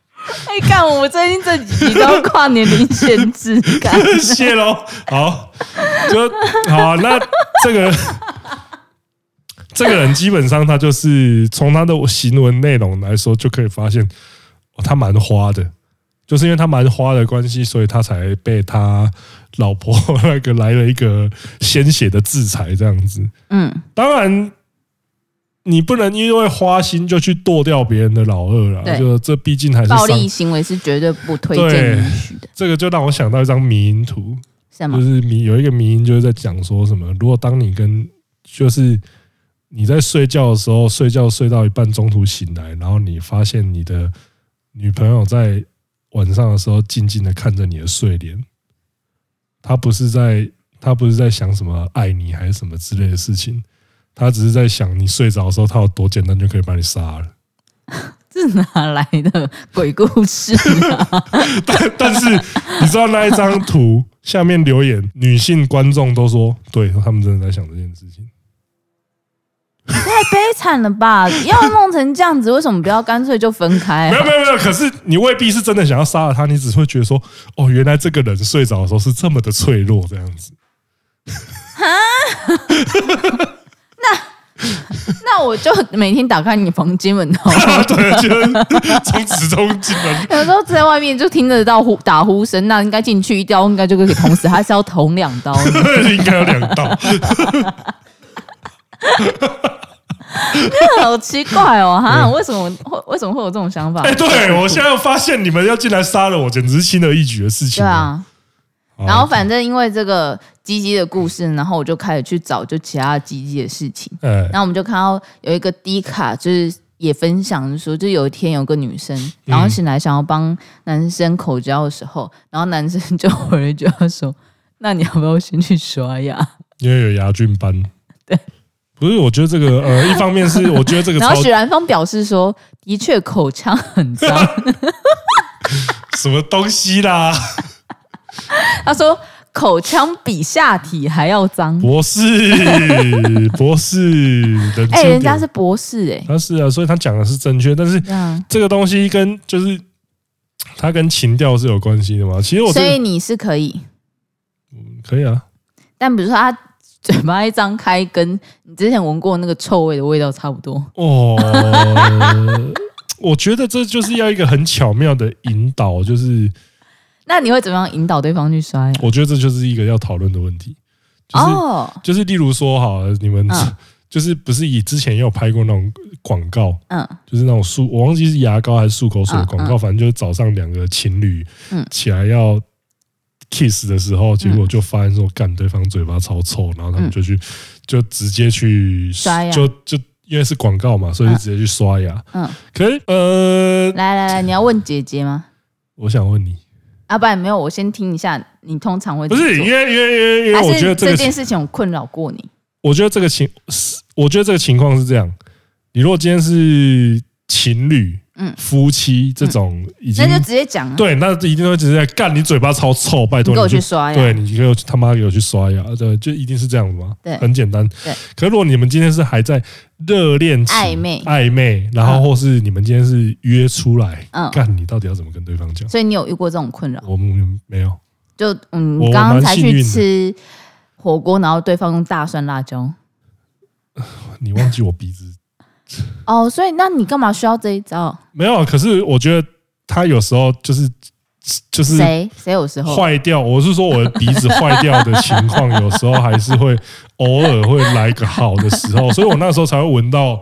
S2: 哎、看我们最近这几集都要跨年龄限制，干
S1: 谢喽，好，就好、啊那这个这个人基本上他就是从他的行文内容来说，就可以发现、哦、他蛮花的，就是因为他蛮花的关系，所以他才被他老婆 那个来了一个鲜血的制裁，这样子。
S2: 嗯，
S1: 当然，你不能因为花心就去剁掉别人的老二啦。
S2: 对
S1: 就这毕竟还是
S2: 暴
S1: 伤。
S2: 力行为是绝对不推荐
S1: 对
S2: 允许的，
S1: 这个就让我想到一张迷因图，
S2: 是吗
S1: 就？是迷有一个迷因就是在讲说什么，如果当你跟就是你在睡觉的时候，睡觉睡到一半中途醒来，然后你发现你的女朋友在晚上的时候静静的看着你的睡脸，她不是在她不是在想什么爱你还是什么之类的事情，她只是在想你睡着的时候，她有多简单就可以把你杀了。
S2: 这哪来的鬼故事 啊？
S1: 但但是你知道那一张图下面留言，女性观众都说，对他们真的在想这件事情。
S2: 太悲惨了吧！要弄成这样子，为什么不要干脆就分开
S1: 没有？没有没有，可是你未必是真的想要杀了他，你只会觉得说，哦，原来这个人睡着的时候是这么的脆弱，这样子。
S2: 那我就每天打开你房间门哦，
S1: 对，就是从始终进 来。
S2: 有时候在外面就听得到呼打呼声，那应该进去一刀，应该就可以捅死，还是要捅两刀？
S1: 应该有两道。
S2: 好奇怪哦，哈，为什么会为什么会有这种想法
S1: 哎、？对我现在发现你们要进来杀了我，简直是轻而易举的事情。
S2: 对啊，
S1: 好，
S2: 然后反正因为这个鸡鸡的故事，然后我就开始去找就其他鸡鸡的事情。
S1: 哎、
S2: 然后我们就看到有一个低卡，就是也分享说，就有一天有个女生，
S1: 嗯
S2: 然后醒来想要帮男生口交的时候，然后男生 就回了一句他说：“那你要不要先去刷牙
S1: 因为有牙菌斑。 对，不是，我觉得这个呃，一方面是我觉得这？”个
S2: 然后
S1: 超
S2: 许兰芳表示说：“的确，口腔很 脏。
S1: 什么东西 啦，”
S2: 他说：“口腔比下体还要脏。
S1: 博士，博士，冷”静
S2: 哎、
S1: 点
S2: 人家是博士哎、
S1: 他是啊，所以他讲的是正确，但是
S2: 这样，
S1: 这个东西跟就是它跟情调是有关系的嘛。其实我
S2: 所
S1: 觉
S2: 以
S1: 得
S2: 你是可以，
S1: 可以啊，
S2: 但比如说他嘴巴一张开，跟你之前闻过那个臭味的味道差不多。
S1: 哦， 我觉得这就是要一个很巧妙的引导，就是
S2: 那你会怎么样引导对方去刷牙？
S1: 我觉得这就是一个要讨论的问题，就是、
S2: 哦，
S1: 就是例如说好了，你们、
S2: 嗯
S1: 就是不是以之前也有拍过那种广告，
S2: 嗯，
S1: 就是那种漱，我忘记是牙膏还是漱口水的广告，反正就是早上两个情侣
S2: 嗯
S1: 起来要 kiss 的时候，结果就发现说，干对方嘴巴超臭，然后他们就去就直接去
S2: 嗯刷牙
S1: 就就因为是广告嘛，所以就直接去刷牙。
S2: 嗯，
S1: 可是呃，
S2: 来来来，你要问姐姐吗？
S1: 我想问你，
S2: 啊，不然没有，我先听一下，你通常会
S1: 不
S2: 怎么
S1: 是
S2: 做
S1: 因为因为因为因为
S2: 还
S1: 我
S2: 是
S1: 觉得这
S2: 这
S1: 个
S2: 件事情有困扰过你？
S1: 我觉得这个情是，我觉得这个情况是这样：你如果今天是情侣、
S2: 嗯
S1: 夫妻这种已经
S2: 那就直接讲啊，
S1: 对，那一定会直接在干你嘴巴超臭，拜
S2: 你
S1: 托
S2: 给我
S1: 你
S2: 去
S1: 就
S2: 刷牙。
S1: 对，你给我去他妈给我去刷牙，对，就一定是这样子嘛，
S2: 对
S1: 很简单。
S2: 对，
S1: 可是如果你们今天是还在热恋期、
S2: 暧昧
S1: 暧昧，然后
S2: 嗯
S1: 或是你们今天是约出来，
S2: 嗯
S1: 干你到底要怎么跟对方讲？
S2: 所以你有遇过这种困扰？
S1: 我们没有，
S2: 就嗯，
S1: 我
S2: 你刚刚才
S1: 蛮幸运的
S2: 去吃火锅，然后对方用大蒜辣椒。
S1: 你忘记我鼻子
S2: 哦，所以那你干嘛需要这一招？
S1: 没有？可是我觉得他有时候就是就是
S2: 谁谁有时候？
S1: 坏掉，我是说我的鼻子坏掉的情况，有时候还是会偶尔会来个好的时候，所以我那时候才会闻到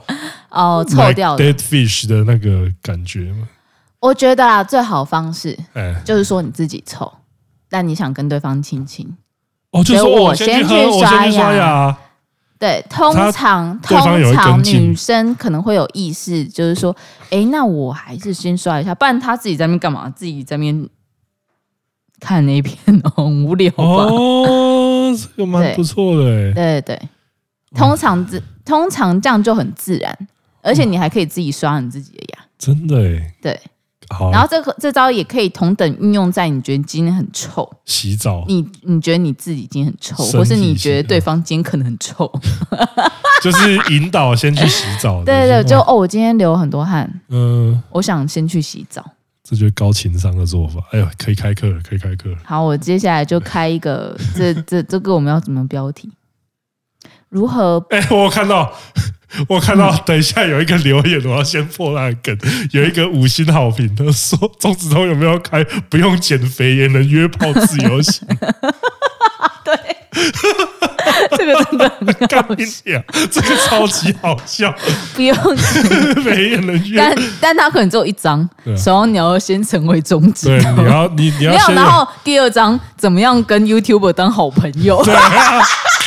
S2: 哦，臭
S1: like
S2: 掉的。
S1: dead fish 的那个感觉嘛。
S2: 我觉得啊，最好方式
S1: 哎，
S2: 就是说你自己臭，但你想跟对方亲亲。
S1: 哦，就说
S2: 所以我
S1: 哦先去
S2: 先
S1: 喝，
S2: 去
S1: 我先去
S2: 刷
S1: 刷
S2: 牙
S1: 牙。
S2: 对，通常
S1: 对方有
S2: 通
S1: 一根
S2: 常
S1: 筋
S2: 女生可能会有意识，就是说，诶，那我还是先刷一下，不然她自己在那边干嘛？自己在那边看那片哦， 很无聊吧？
S1: 哦， 这个蛮
S2: 对
S1: 不错的哎。
S2: 对对对，通常自通常这样就很自然，而且你还可以自己刷你自己的牙。
S1: 真的哎。
S2: 对，
S1: 好，
S2: 然后这个这招也可以同等运用在你觉得今天很臭，
S1: 洗澡
S2: 你你觉得你自己今天很臭，
S1: 身体
S2: 或是你觉
S1: 是
S2: 得对方今天可能很 臭。
S1: 就是引导先去洗澡。
S2: 对对，对
S1: 是
S2: 就
S1: 吗
S2: 哦，我今天流很多汗，
S1: 啊嗯，
S2: 我想先去洗澡。
S1: 这就是高情商的做法。哎呦，可以开课了，可以开课了。
S2: 好，我接下来就开一 个，这这这个我们要怎么标题？如 何？
S1: 哎、我看到，我看 到，等一下有一个留言，我要先破那个梗。有一个五星好评，他说：“钟子通有没有开不用减肥也能约炮自由行
S2: 这个真的？”
S1: 干你娘！这个超级好笑，
S2: 不用，
S1: 肥也能约
S2: 但。 但他可能只有一张
S1: 对啊，
S2: 首要你要先成为中指
S1: 对，，你要你你
S2: 没
S1: 要
S2: 有。
S1: 先
S2: 然后第二张怎么样跟 YouTuber 当好朋友？
S1: 对啊，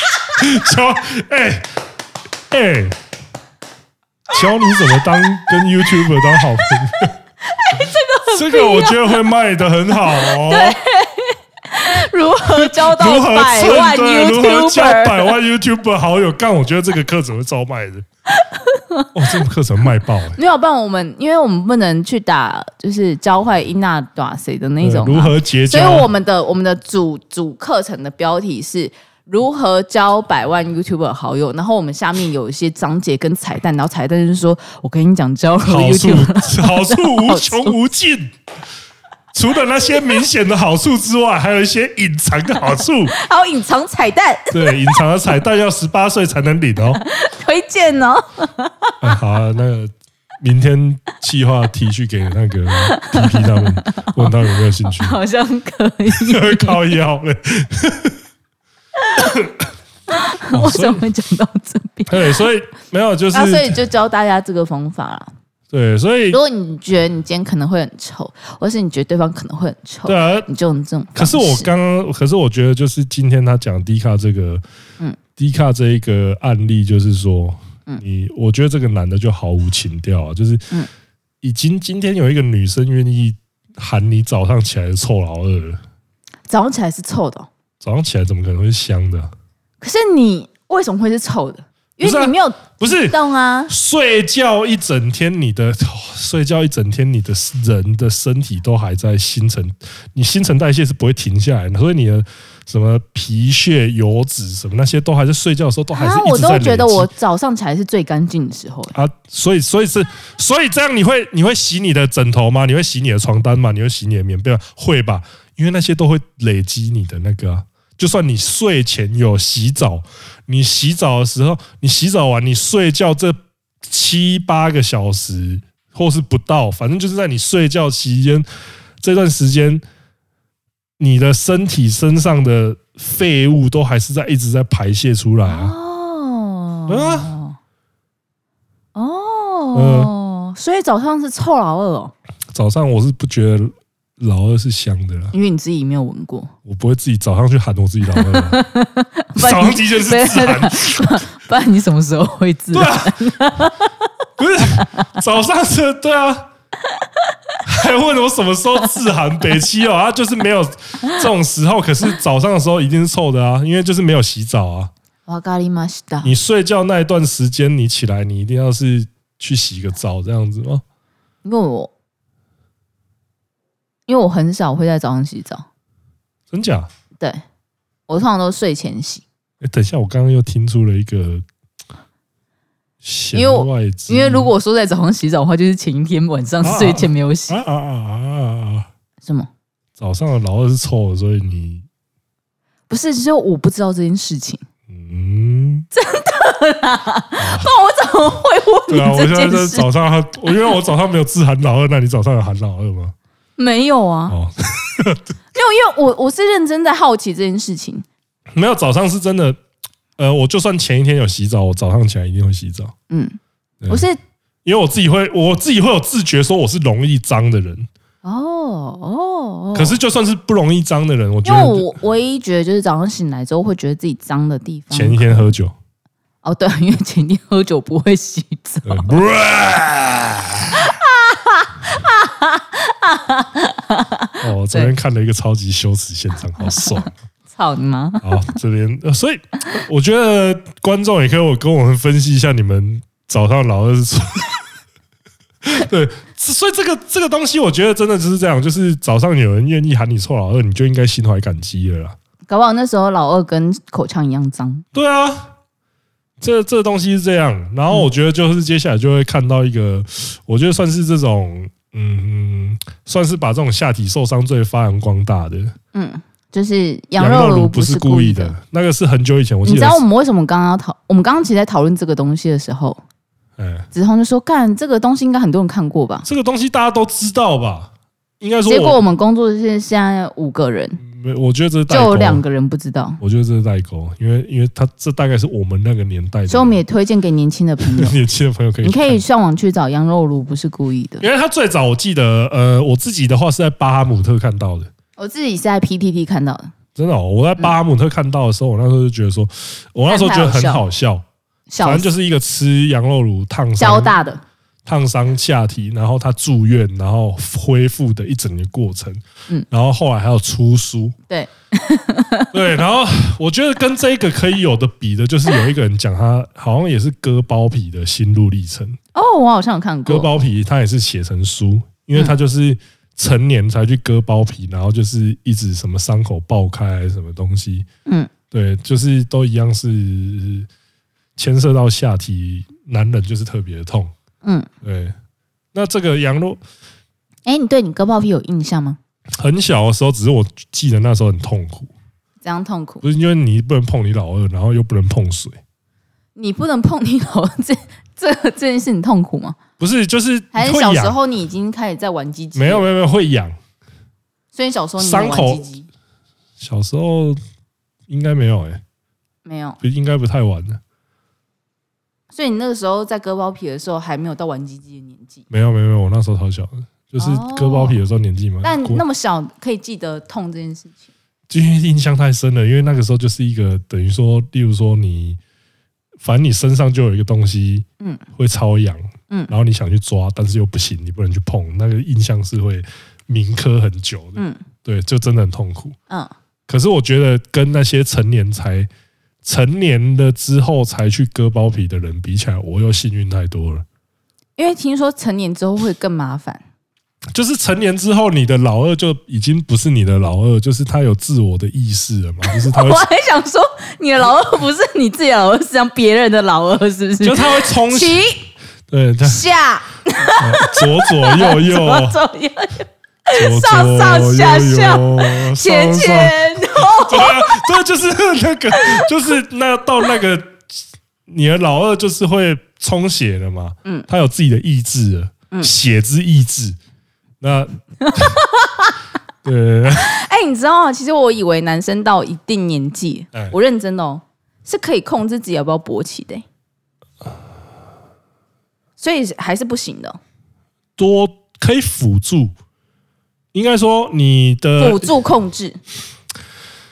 S1: 求哎哎。瞧你怎么当跟 YouTuber 当好朋 友？
S2: 哎
S1: 这个我觉得会卖的很好 哦。
S2: 如何交到
S1: 如何
S2: 百
S1: 趁
S2: 万
S1: 对如何交
S2: YouTuber？
S1: 百万 YouTuber 好友？干，我觉得这个课程会超卖 的。哇，这个课程卖爆哎、
S2: 没有，不然我们因为我们不能去打就是教坏伊娜打谁的那
S1: 欸！
S2: 种、啊，
S1: 如何结
S2: 所
S1: 交？
S2: 以我们的我们的主主课程的标题是如何交百万 YouTuber 好友，然后我们下面有一些章节跟彩蛋，然后彩蛋就是说我跟你讲交友
S1: 好处
S2: YouTuber，
S1: 好处无穷无尽。除了那些明显的好处之外，还有一些隐藏的好处。
S2: 还有隐藏彩蛋
S1: 对，隐藏的彩蛋要十八岁才能领哦。
S2: 推荐 哦。
S1: 啊好啊、那个明天计划提去给那个 PP 他们，问他有没有兴趣。
S2: 好像可以。
S1: 靠腰嘞。哦
S2: 我
S1: 所以
S2: 怎么会讲到这边？
S1: 对，所以没有就是
S2: 啊，所以就教大家这个方法啦。
S1: 对，所以
S2: 如果你觉得你今天可能会很臭，或是你觉得对方可能会很臭，
S1: 对啊，
S2: 你就用这种方式。
S1: 可是我刚刚，可是我觉得就是今天他讲低卡这个，嗯
S2: 嗯，
S1: 低卡这一个案例，就是说，
S2: 嗯
S1: 你我觉得这个男的就毫无情调啊，就是，
S2: 嗯
S1: 已经今天有一个女生愿意喊你早上起来臭老二了，
S2: 早上起来是臭的哦、
S1: 早上起来怎么可能会香的啊、
S2: 可是你为什么会是臭的？因
S1: 不是啊
S2: 为你没有
S1: 不是
S2: 动啊。
S1: 睡觉一整天，你的、哦睡觉一整天，你的人的身体都还在新陈，你新陈代谢是不会停下来的，所以你的什么皮屑、油脂什么那些都还在睡觉的时候都还是
S2: 啊，
S1: 一
S2: 我
S1: 直在
S2: 都
S1: 累积
S2: 觉得我早上起来是最干净的时候。
S1: 啊，所以所以是所以这样你会你会洗你的枕头吗？你会洗你的床单吗？你会洗你的棉被吗？会吧，因为那些都会累积你的那个、啊。就算你睡前有洗澡，你洗澡的时候，你洗澡完，你睡觉这七八个小时，或是不到，反正就是在你睡觉期间这段时间，你的身体身上的废物都还是在一直在排泄出来啊。
S2: 哦，
S1: 嗯
S2: 哦，所以早上是臭老二哦，
S1: 早上我是不觉得老二是香的啦，
S2: 因为你自己没有闻过。
S1: 我不会自己早上去喊我自己老二 啊。早上第一件事自
S2: 啊
S1: 喊，
S2: 不然你什么时候会自
S1: 对啊，不是早上是，对啊，还问我什么时候自喊北七哦，啊，就是没有这种时候，可是早上的时候一定是臭的啊，因为就是没有洗澡啊。
S2: わかりました。
S1: 你睡觉那一段时间，你起来你一定要是去洗个澡这样子吗？
S2: 因为我因为我很少会在早上洗澡，
S1: 真假？
S2: 对我通常都睡前洗，
S1: 哎、等一下，我刚刚又听出了一个弦
S2: 因为我
S1: 外之
S2: 因为如果说在早上洗澡的话，就是前一天晚上
S1: 啊
S2: 睡前没有洗。
S1: 啊啊啊啊啊！
S2: 什么？
S1: 早上的老二是臭的，所以你
S2: 不是，只有我不知道这件事情，
S1: 嗯，
S2: 不然 我怎么会
S1: 对啊，
S2: 问
S1: 我
S2: 你
S1: 现
S2: 这
S1: 在
S2: 件
S1: 就是
S2: 事？
S1: 早上，我因为我早上没有自喊老二，那你早上有喊老二吗？
S2: 没有啊，
S1: 哦，
S2: 没有，因为我我是认真在好奇这件事情。
S1: 没有，早上是真的。呃，我就算前一天有洗澡，我早上起来一定会洗澡，
S2: 嗯，
S1: 对
S2: 我是
S1: 因为我自己会，我自己会有自觉，说我是容易脏的人。
S2: 哦哦，哦
S1: 可是就算是不容易脏的人，我觉
S2: 因为
S1: 得
S2: 我唯一觉得就是早上醒来之后会觉得自己脏的地方，
S1: 前一天喝酒，
S2: 哦对，因为前天喝酒不会洗澡，
S1: 对， 哦，我哦昨天看了一个超级羞耻现场， 好爽。
S2: 操你妈！
S1: 好，这边，呃所以我觉得观众也可以我跟我们分析一下你们早上老二是什么 对，所以这个这个东西，我觉得真的就是这样，就是早上有人愿意喊你臭老二，你就应该心怀感激了啦。
S2: 搞不好那时候老二跟口腔一样脏，
S1: 对啊，这这东西是这样。然后我觉得就是接下来就会看到一个，我觉得算是这种，嗯，算是把这种下体受伤罪发扬光大的。
S2: 嗯，就是
S1: 羊
S2: 羊肉
S1: 炉
S2: 炉
S1: 不
S2: 不
S1: 是
S2: 是
S1: 故
S2: 故
S1: 意
S2: 意
S1: 的
S2: 的。，
S1: 那个是很久以前，我
S2: 你
S1: 记
S2: 知
S1: 得
S2: 道我
S1: 是，
S2: 们为什么刚刚要讨？我们刚刚其实在讨论这个东西的时候，
S1: 哎，
S2: 子红就说：“干，这个东西应该很多人看过吧
S1: 这个东西大家都知道吧？应该？”说
S2: 结果我
S1: 我，
S2: 们工作室现在五个人，
S1: 没我觉得这是代
S2: 就
S1: 沟啊
S2: 有两，个人不知道，
S1: 我觉得这是代沟，因为因为他这大概是我们那个年代的人，
S2: 所以我们也推荐给年轻的朋 友。
S1: 年轻的朋友可以
S2: 你可以
S1: 看。
S2: 上网去找羊肉炉不是故意的。
S1: 因为他最早我记得，呃，我自己的话是在巴哈姆特看到的，
S2: 我自己是在 PTT 看到的，
S1: 真的、哦，我在巴哈姆特看到的时候，我那时候就觉得说，我那时候觉得很好笑，反
S2: 小
S1: 正就是一个吃羊肉炉烫
S2: 交
S1: 伤、
S2: 大的，
S1: 烫伤下体，然后他住院，然后恢复的一整个过程，
S2: 嗯
S1: 然后后来还有出书，
S2: 对，
S1: 对，然后我觉得跟这个可以有的比的，就是有一个人讲他好像也是割包皮的心路历程，
S2: 哦，我好像有看
S1: 割
S2: 过，
S1: 包皮他也是写成书，因为他就是成年才去割包皮，然后就是一直什么伤口爆开还是什么东西，
S2: 嗯，
S1: 对，就是都一样是牵涉到下体，男人就是特别痛。
S2: 嗯，
S1: 对，那这个羊肉
S2: 哎，你对你割包皮有印象吗？
S1: 很小的时候，只是我记得那时候很痛苦，
S2: 这样痛苦，
S1: 不是因为你不能碰你老二，然后又不能碰水，
S2: 你不能碰你老这 这这件事，你痛苦吗？
S1: 不是就是
S2: 还是
S1: 会
S2: 小时
S1: 痒，
S2: 候你已经开始在玩鸡鸡？
S1: 没有，没有没有会痒，
S2: 所以小时候你有
S1: 伤口
S2: 玩鸡鸡
S1: 小时候应该没有哎、
S2: 没有。
S1: 不应该不太晚了。
S2: 所以你那个时候在割包皮的时候还没有到玩鸡鸡的年纪，
S1: 没有没有没有，我那时候超小的，就是
S2: 哦
S1: 割包皮的时候年纪嘛。
S2: 但
S1: 国
S2: 那么小可以记得痛这件事情。
S1: 因为印象太深了，因为那个时候就是一个等于说，例如说你，反正你身上就有一个东西，
S2: 嗯，
S1: 会超痒，
S2: 嗯
S1: 然后你想去抓，但是又不行，你不能去碰，那个印象是会铭刻很久的，
S2: 嗯
S1: 对，就真的很痛苦。
S2: 嗯
S1: 可是我觉得跟那些成年才成年了之后才去割包皮的人比起来，我又幸运太多了。
S2: 因为听说成年之后会更麻烦。
S1: 就是成年之后，你的老二就已经不是你的老二，就是他有自我的意识 了嘛，就是他会
S2: 我还想说，你的老二不是你自己的老二，是像别人的老二，是不？
S1: 就是他会冲洗，
S2: 起
S1: 对他
S2: 下
S1: 左左右右，
S2: 左左右
S1: 左
S2: 上上
S1: 左
S2: 下
S1: 右
S2: 下
S1: 右上
S2: 前
S1: 上
S2: 前后，
S1: 对啊，对，就是那个，就是那到那个，你的老二就是会充血了嘛，嗯，他有自己的意志了，
S2: 嗯
S1: 血之意志， 那，对，
S2: 哎，你知道吗？其实我以为男生到一定年纪
S1: 哎，
S2: 我认真的哦，是可以控制自己要不要勃起的欸，所以还是不行的哦。
S1: 多可以辅助，应该说你的
S2: 辅，助控制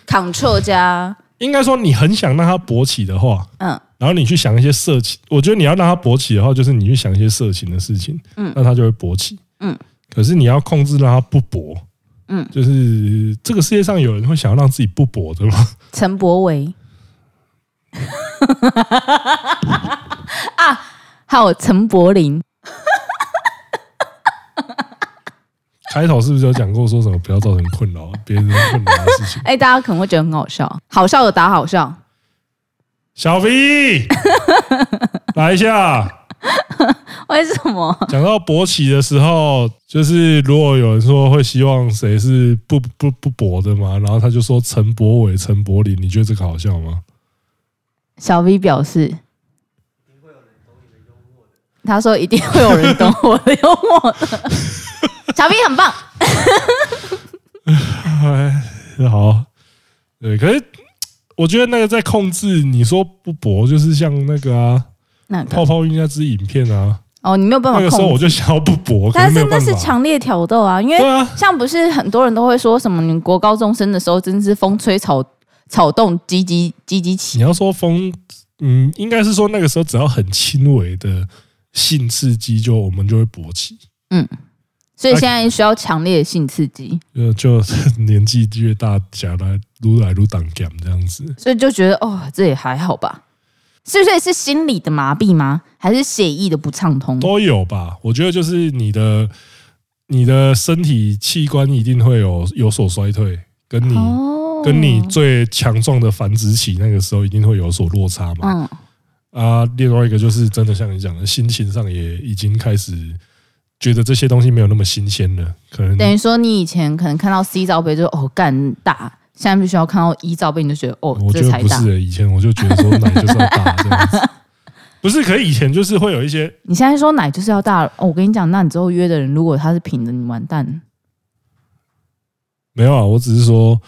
S2: ，Ctrl 加
S1: 应该说你很想让他勃起的话，
S2: 嗯，
S1: 然后你去想一些色情，我觉得你要让它勃起的话，就是你去想一些色情的事情，嗯，那它就会勃起，
S2: 嗯。
S1: 可是你要控制让它不勃，
S2: 嗯，
S1: 就是这个世界上有人会想要让自己不勃的吗？
S2: 陈柏维 啊，还有陈柏霖，？
S1: 开头是不是有讲过说什么不要造成困扰别人困扰的事情
S2: 哎，大家可能会觉得很好笑，好笑的打好笑，
S1: 小 V，来一下。
S2: 为什么？
S1: 讲到勃起的时候，就是如果有人说会希望谁是不不不勃的嘛，然后他就说陈柏伟、陈柏霖，你觉得这个好笑吗？
S2: 小 V 表示，他说一定会有人懂我的幽默的。 小 V 很棒，
S1: 哎，好，对，可是我觉得那个在控制，你说不勃，就是像那个啊，
S2: 那个
S1: 泡泡浴那支影片啊，
S2: 哦，你没有办法
S1: 那个时候
S2: 控
S1: 我
S2: 制，
S1: 就想要不勃，可
S2: 但
S1: 是没
S2: 是
S1: 有
S2: 那
S1: 办
S2: 是
S1: 法。
S2: 强烈挑逗啊，因为
S1: 对啊，
S2: 像不是很多人都会说什么，你国高中生的时候真是风吹草草动，唧唧唧唧
S1: 你
S2: 起。
S1: 要说风，嗯，应该是说那个时候只要很轻微的性刺激，就我们就会勃起。哎
S2: 所以现在需要强烈的性刺激，
S1: 呃，就 年纪越大，夹来撸来撸挡 g 这样子，
S2: 所以就觉得哦，这也还好吧。是不是是心理的麻痹吗？还是血液的不畅通？
S1: 都有吧？我觉得就是你的你的身体器官一定会有有所衰退，跟你
S2: 哦
S1: 跟你最强壮的繁殖期那个时候一定会有所落差嘛。
S2: 嗯
S1: 啊，另外一个就是真的像你讲的，心情上也已经开始觉得这些东西没有那么新鲜了，可能
S2: 等于说你以前可能看到 C 罩杯就哦干大，现在必须要看到 E 罩杯你就觉得哦
S1: 我觉
S2: 这
S1: 得
S2: 才
S1: 不
S2: 大
S1: 是、。欸以前我就觉得说奶就是要大这样 子，不是，可是以前就是会有一些
S2: 你现在说奶就是要大、哦，我跟你讲，那你之后约的人如果他是平的，你完蛋。
S1: 没有啊，我只是说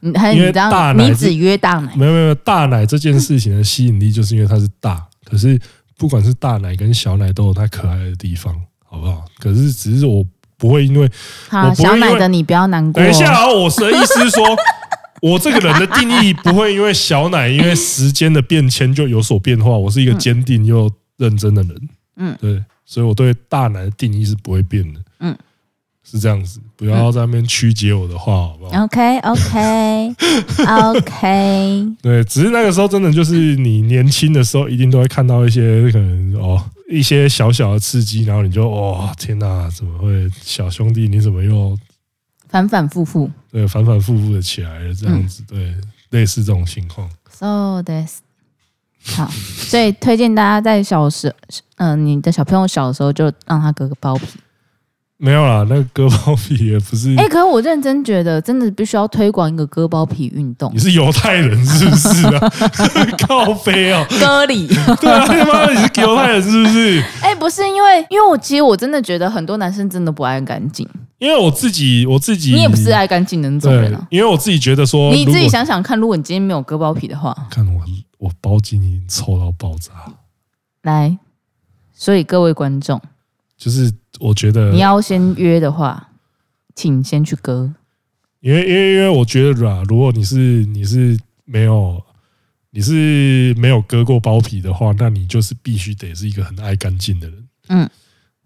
S2: 你嗯还
S1: 因
S2: 有
S1: 为
S2: 你这
S1: 大
S2: 样，
S1: 奶
S2: 你
S1: 是
S2: 只约大奶，
S1: 没有没有没有大奶这件事情的吸引力，就是因为它是大，可是不管是大奶跟小奶都有它可爱的地方，好不好？可是只是我不会因为我
S2: 好，
S1: 不会
S2: 小
S1: 因
S2: 奶
S1: 为
S2: 的你不要难 过。
S1: 等一下啊、我是意思是说， 我这个人的定义不会因为小奶因为时间的变迁就有所变化。我是一个坚定又认真的人，
S2: 嗯，
S1: 对，所以我对大奶的定义是不会变的，
S2: 嗯，
S1: 是这样子，不要在那边曲解我的话，好不好？
S2: OK OK OK，
S1: 对，只是那个时候真的就是你年轻的时候，一定都会看到一些可能哦一些小小的刺激，然后你就哦天哪，怎么会小兄弟你怎么又
S2: 反反复复。
S1: 对反反复复的起来了这样子？对，类似这种情况。
S2: So this，好，所以推荐大家在小时，嗯、你的小朋友小的时候就让他割个包皮。
S1: 没有啦，那个割包皮也不是。
S2: 哎、可是我认真觉得，真的必须要推广一个割包皮运动
S1: 你，是犹太人是不是啊？靠背哦，
S2: 割 礼。
S1: 对啊，他妈的你是犹太人是不是？
S2: 哎、不是因为，因为我其实我真的觉得很多男生真的不爱干净，
S1: 因为我自己，我自己，
S2: 你也不是爱干净的那种
S1: 对
S2: 人啊，。
S1: 因为我自己觉得说，
S2: 你自
S1: 如
S2: 己
S1: 果
S2: 想想看，如果你今天没有割包皮的话，
S1: 看我，我包茎已经臭到爆炸，
S2: 来，所以各位观众，
S1: 就是我觉得
S2: 你要先约的话，请先去割。
S1: 因为因为因为我觉得啦，如果你是你是没有你是没有割过包皮的话，那你就是必须得是一个很爱干净的人。
S2: 嗯，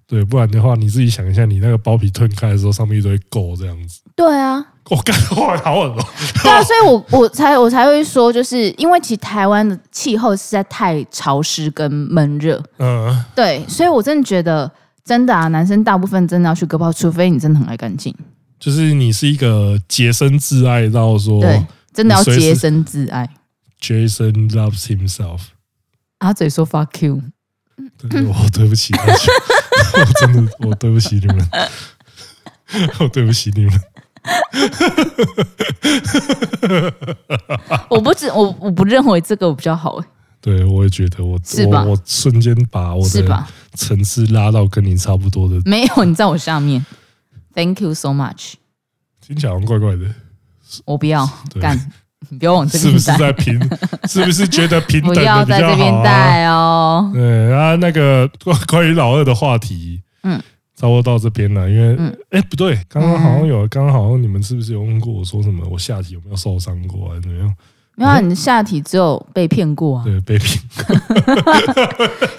S1: 对，不然的话，你自己想一下，你那个包皮吞开的时候，上面一堆垢这样子。
S2: 对啊，
S1: 我、干，哇，好恶哦、
S2: 对啊，所以我我才我才会说，就是因为其实台湾的气候实在太潮湿跟闷热，
S1: 嗯，
S2: 对，所以我真的觉得真的啊，男生大部分真的要去割包，除非你真的很爱干净，
S1: 就是你是一个洁身自爱到说
S2: 对，真的要
S1: 哦你随时
S2: 洁身自爱。
S1: Jason loves himself。
S2: 阿啊嘴说 fuck you，
S1: 对我对不起大家， 我真的我对不起你们， 我对不起你们。
S2: 我不知我我不认为这个比较好，
S1: 对，我也觉得我
S2: 是吧
S1: 我我瞬间把我
S2: 是
S1: 的
S2: 吧？
S1: 层次拉到跟你差不多的，
S2: 没有，你在我下面，Thank you so much，
S1: 听起来好像怪怪的，
S2: 嗯我不要
S1: 对
S2: 干，你不要往这
S1: 是不
S2: 边
S1: 是
S2: 带，
S1: 在平？ 是不是觉得平等
S2: 不
S1: 的比较好、
S2: 要
S1: 啊？
S2: 在这边带哦。
S1: 对啊，那个 关关于老二的话题，
S2: 嗯，
S1: 差不多到这边了。因为，哎、
S2: 嗯
S1: 不对，刚刚好像有，刚刚好像你们是不是有问过我说什么？我下体有没有受伤过啊？怎么样？
S2: 没有、啊，你的下体只有被骗过啊，
S1: 对，被骗。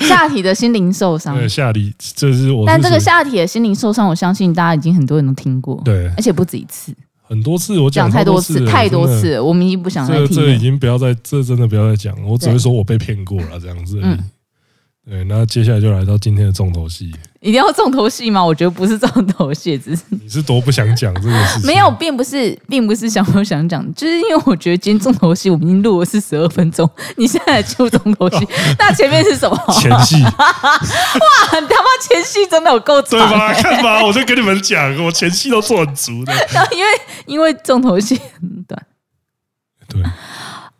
S2: 下体的心灵受伤。
S1: 对，下体这是我是属于，
S2: 嗯但这个下体的心灵受伤，我相信大家已经很多人都听过，
S1: 对
S2: 而且不止一次，
S1: 很多次我
S2: 讲
S1: 太
S2: 太多
S1: 次
S2: 次，
S1: 了，
S2: 太多
S1: 真的
S2: 次了，我们已经不想再
S1: 这
S2: 听
S1: 这已
S2: 了。
S1: 经不要再，这真的不要再讲，了，我只
S2: 对
S1: 会说我被骗过了这样子而已。
S2: 嗯
S1: 对，那接下来就来到今天的重头戏，
S2: 一定要重头戏吗？我觉得不是重头戏，只是
S1: 你 是多不想讲这个事情？
S2: 没有，并不是，并不是想不想讲，就是因为我觉得今天重头戏我们已经录了是十二分钟，你现在来出重头 戏，那前面是什么？
S1: 前 戏，
S2: 哇，你他妈前戏真的有够
S1: 对
S2: 长、
S1: 吧？
S2: 欸，
S1: 看吧，我就跟你们讲，我前戏都做很足 的。
S2: 然后因为因为重头戏很 短
S1: 对，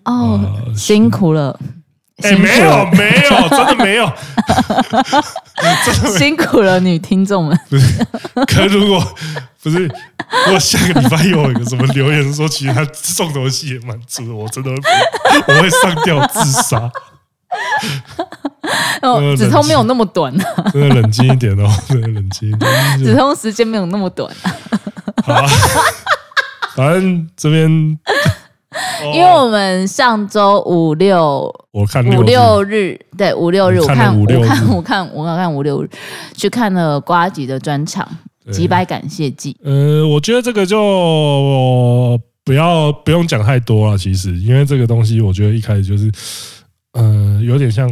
S2: 哦，
S1: 啊
S2: 辛苦了，
S1: 哎、
S2: 辛苦
S1: 没有
S2: 了，
S1: 没有，真的 没有。
S2: 辛苦了，女听 众们。
S1: 可如果不是，如果下个礼拜又有一个什么留言说，其实他重头戏也蛮足的，我真的会我会上吊自杀。
S2: 哦，
S1: 呃
S2: 止痛没有那么短，啊
S1: 真的冷静一点哦，真的冷静一 点。
S2: 止痛时间没有那么短，
S1: 好、啊，反正这边，哦
S2: 因为我们上周五六
S1: 我看
S2: 五
S1: 日
S2: 六日，对五六日，
S1: 你
S2: 我
S1: 看了
S2: 看
S1: 五
S2: 我
S1: 六日
S2: 看 我看我看五六日，去看了瓜吉的专场《几。百感谢祭
S1: 呃，我觉得这个就不要不用讲太多了，其实，因为这个东西，我觉得一开始就是，呃，有点像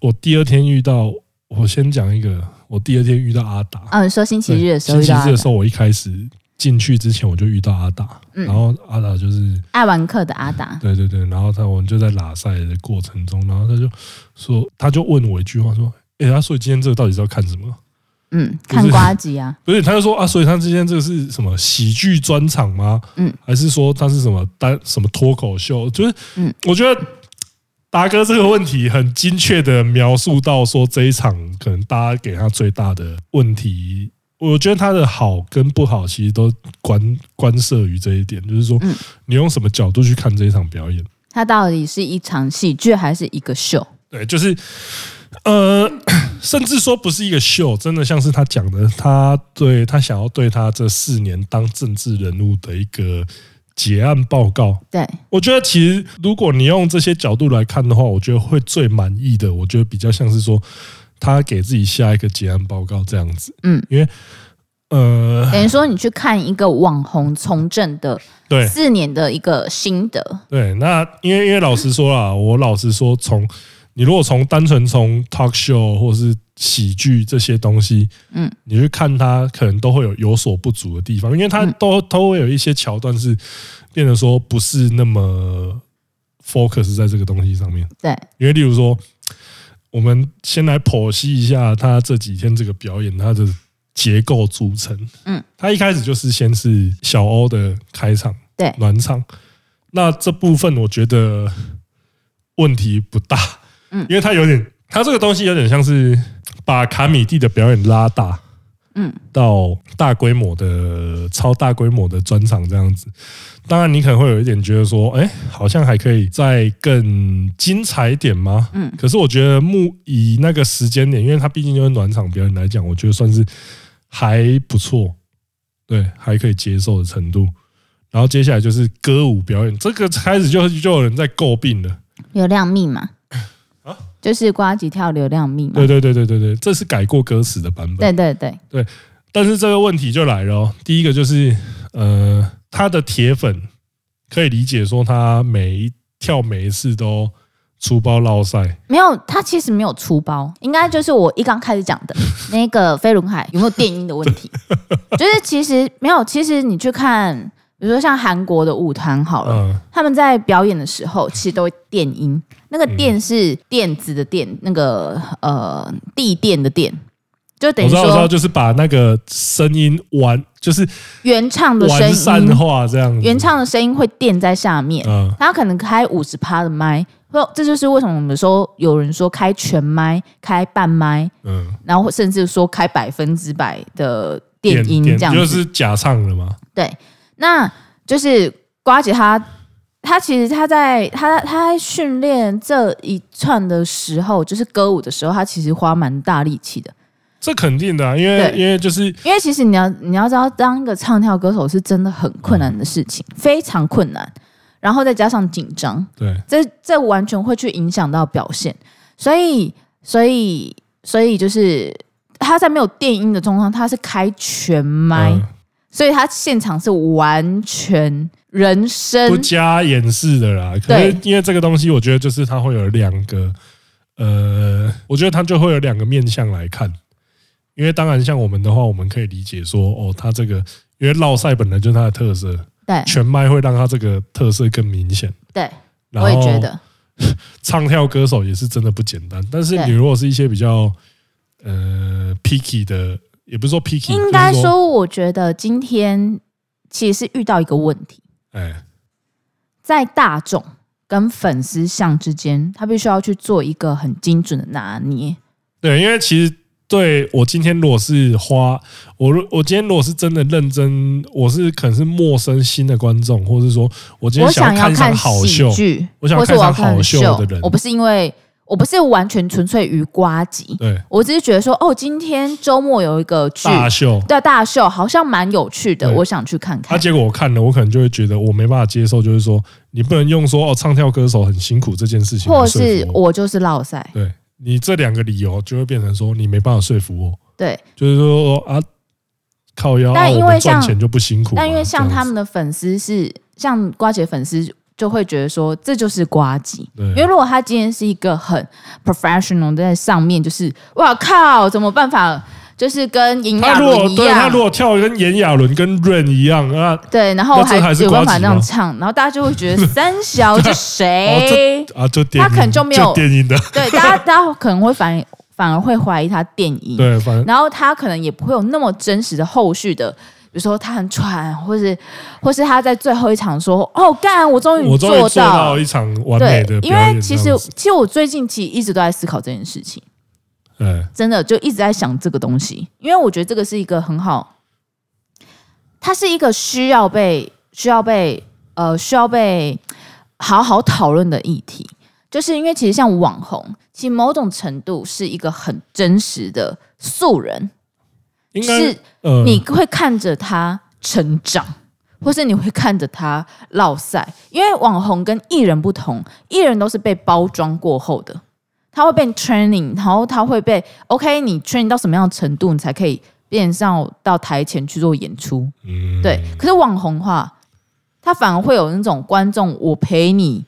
S1: 我第二天遇到，我先讲一个，我第二天遇到阿达》。。
S2: 啊，你说星期
S1: 对
S2: 日的时候遇
S1: 星
S2: 到
S1: 期日
S2: 阿
S1: 的时候，我一开始进去之前我就遇到阿达，
S2: 嗯
S1: 然后阿达就是
S2: 爱玩客的阿达，
S1: 对对对，然后他我们就在拉赛的过程中，然后他就说，他就问我一句话说，诶，他说今天这个到底是要看什么？
S2: 嗯，
S1: 就是
S2: 看瓜吉啊，
S1: 不是，他就说啊，所以他之间这个是什么喜剧专场吗？
S2: 嗯，
S1: 还是说他是什么单什么脱口秀？就是，
S2: 嗯
S1: 我觉得达哥这个问题很精确的描述到说这一场可能大家给他最大的问题，我觉得他的好跟不好其实都关关涉于这一点，就是说、
S2: 嗯
S1: 你用什么角度去看这一场表演。
S2: 它到底是一场喜剧还是一个秀？
S1: 对，就是呃，甚至说不是一个秀，真的像是他讲的，他对他想要对他这四年当政治人物的一个结案报告。
S2: 对，
S1: 我觉得其实如果你用这些角度来看的话，我觉得会最满意的，我觉得比较像是说他给自己下一个结案报告这样子。
S2: 嗯，
S1: 因为呃，
S2: 等于说你去看一个网红从政的
S1: 对，
S2: 四年的一个心得，
S1: 对，那因为因为老实说啦，我老实说从，你如果从单纯从 talk show 或是喜剧这些东西，
S2: 嗯，
S1: 你去看它，可能都会有有所不足的地方，因为它
S2: 嗯
S1: 都、都会有一些桥段是变得说不是那么 focus 在这个东西上面，
S2: 对，
S1: 因为例如说，我们先来剖析一下他这几天这个表演它的结构组成。
S2: 嗯，
S1: 他一开始就是先是小欧的开场，
S2: 对
S1: 暖场。那这部分我觉得问题不大，
S2: 嗯
S1: 因为他有点，他这个东西有点像是把卡米蒂的表演拉大，
S2: 嗯，
S1: 到大规模的、超大规模的专场这样子。当然，你可能会有一点觉得说，哎、好像还可以再更精彩一点吗？
S2: 嗯
S1: 可是我觉得木以那个时间点，因为它毕竟就是暖场表演来讲，我觉得算是还不错，对，还可以接受的程度。然后接下来就是歌舞表演，这个开始就就有人在诟病了。
S2: 流量密码就是瓜吉跳流量密码
S1: 啊对。对对对对对，这是改过歌词的版本。
S2: 对对对，
S1: 但是这个问题就来了、哦，第一个就是呃，他的铁粉可以理解说他每一跳每一次都出包落赛，
S2: 没有，他其实没有出包，应该就是我一刚开始讲的那个飞轮 海有没有电音的问题，就是其实没有，其实你去看，比如说像韩国的舞团好了，
S1: 嗯
S2: 他们在表演的时候其实都会电音，那个电是电子的电，那个呃地电的电，就等
S1: 我
S2: 于
S1: 知道我知道，
S2: 说
S1: 就是把那个声音完就是
S2: 原唱的声
S1: 完善
S2: 音，
S1: 化这样子，
S2: 原唱的声音会垫在下面，
S1: 嗯
S2: 他可能开五十趴的麦，或这就是为什么我们说有人说开全麦、开半麦，
S1: 嗯，
S2: 然后甚至说开百分之百的电音这样子。
S1: 就是假唱了嘛，
S2: 对，那就是瓜姐她，她其实她在她她在训练这一串的时候，就是歌舞的时候，她其实花蛮大力气的，
S1: 这肯定的啊、因为
S2: 对
S1: 因为就是
S2: 因为其实你要你要知道，当一个唱跳歌手是真的很困难的事情，非常困难，然后再加上紧张，
S1: 对
S2: 这这完全会去影响到表现。所以，所以，所以就是他在没有电音的状况，他是开全麦，
S1: 嗯
S2: 所以他现场是完全人
S1: 不
S2: 声。
S1: 加掩饰的啦。可是因为这个东西，我觉得就是它会有两个，呃，我觉得它就会有两个面向来看。因为当然，像我们的话，我们可以理解说，哦，它这个因为绕赛本来就是它的特色，
S2: 对
S1: 全麦会让它这个特色更明显。
S2: 对，
S1: 然后
S2: 我也觉得，
S1: 唱跳歌手也是真的不简单。但是
S2: 对
S1: 你如果是一些比较呃 picky 的，也不是说 picky，
S2: 应该
S1: 就是说，
S2: 说，我觉得今天其实是遇到一个问题，
S1: 哎，
S2: 在大众跟粉丝像之间，他必须要去做一个很精准的拿捏。
S1: 对，因为其实对我今天如果是花，我如我今天如果是真的认真，我是可能是陌生新的观众，或者是说我今
S2: 我
S1: 天
S2: 想
S1: 要
S2: 要
S1: 看一场
S2: 看
S1: 好
S2: 喜
S1: 秀，
S2: 剧，
S1: 我想要
S2: 或是
S1: 看
S2: 我要
S1: 上好
S2: 看
S1: 秀
S2: 秀
S1: 的人
S2: 我不是因为我不是完全纯粹于瓜吉，
S1: 对，
S2: 我只是觉得说，哦，今天周末有一个剧，
S1: 大秀。
S2: 对大秀好像蛮有趣的，
S1: 对
S2: 我想去看
S1: 啊，
S2: 看。
S1: 结果我看了，我可能就会觉得我没办法接受，就是说你不能用说哦，唱跳歌手很辛苦这件事情来
S2: 或
S1: 说服我，
S2: 是我就是落赛，
S1: 对你这两个理由就会变成说你没办法说服我，
S2: 对。
S1: 就是说啊，靠腰，
S2: 但
S1: 啊
S2: 因为
S1: 我们赚
S2: 像
S1: 钱就不辛苦嘛，啊
S2: 但因为像
S1: 这样
S2: 他
S1: 子
S2: 们的粉丝是像瓜姐粉丝，就会觉得说这就是瓜吉。因为
S1: 对
S2: 如果他今天是一个很 professional 在上面，就是哇靠，怎么办法？就是跟营
S1: 他
S2: 养
S1: 如果
S2: 轮一
S1: 对
S2: 样，
S1: 他如果跳得跟炎亚纶跟 Rain 一样啊，
S2: 对，然后
S1: 那这还是
S2: 有办
S1: 瓜
S2: 法
S1: 子
S2: 那样
S1: 吗
S2: 唱，然后大家就会觉得三小这 谁？
S1: 啊，就电音
S2: 他可能就没有
S1: 电音的，
S2: 对，大家大家可能会反反而会怀疑他电音，
S1: 对，反正
S2: 然后他可能也不会有那么真实的后续的，比如说他很喘，或是或是他在最后一场说：“哦，干，我终
S1: 我
S2: 于
S1: 终于
S2: 做
S1: 做到一场完美
S2: 对
S1: 的，
S2: 因
S1: 表
S2: 为
S1: 演。
S2: 其
S1: 这
S2: 实
S1: 样子，
S2: 其实我最近其实一直都在思考这件事情，
S1: 哎，
S2: 真的就一直在想这个东西，因为我觉得这个是一个很好，它是一个需要被需要被呃需要被好好讨论的议题，就是因为其实像网红，其实某种程度是一个很真实的素人，
S1: 应该
S2: 是
S1: 呃，
S2: 你会看着他成长。或是你会看着他落赛，因为网红跟艺人不同，艺人都是被包装过后的，他会被 training，然后他会被 OK，你 training 到什么样的程度，你才可以变上到台前去做演出？
S1: 嗯
S2: 对。可是网红的话，他反而会有那种观众，我陪你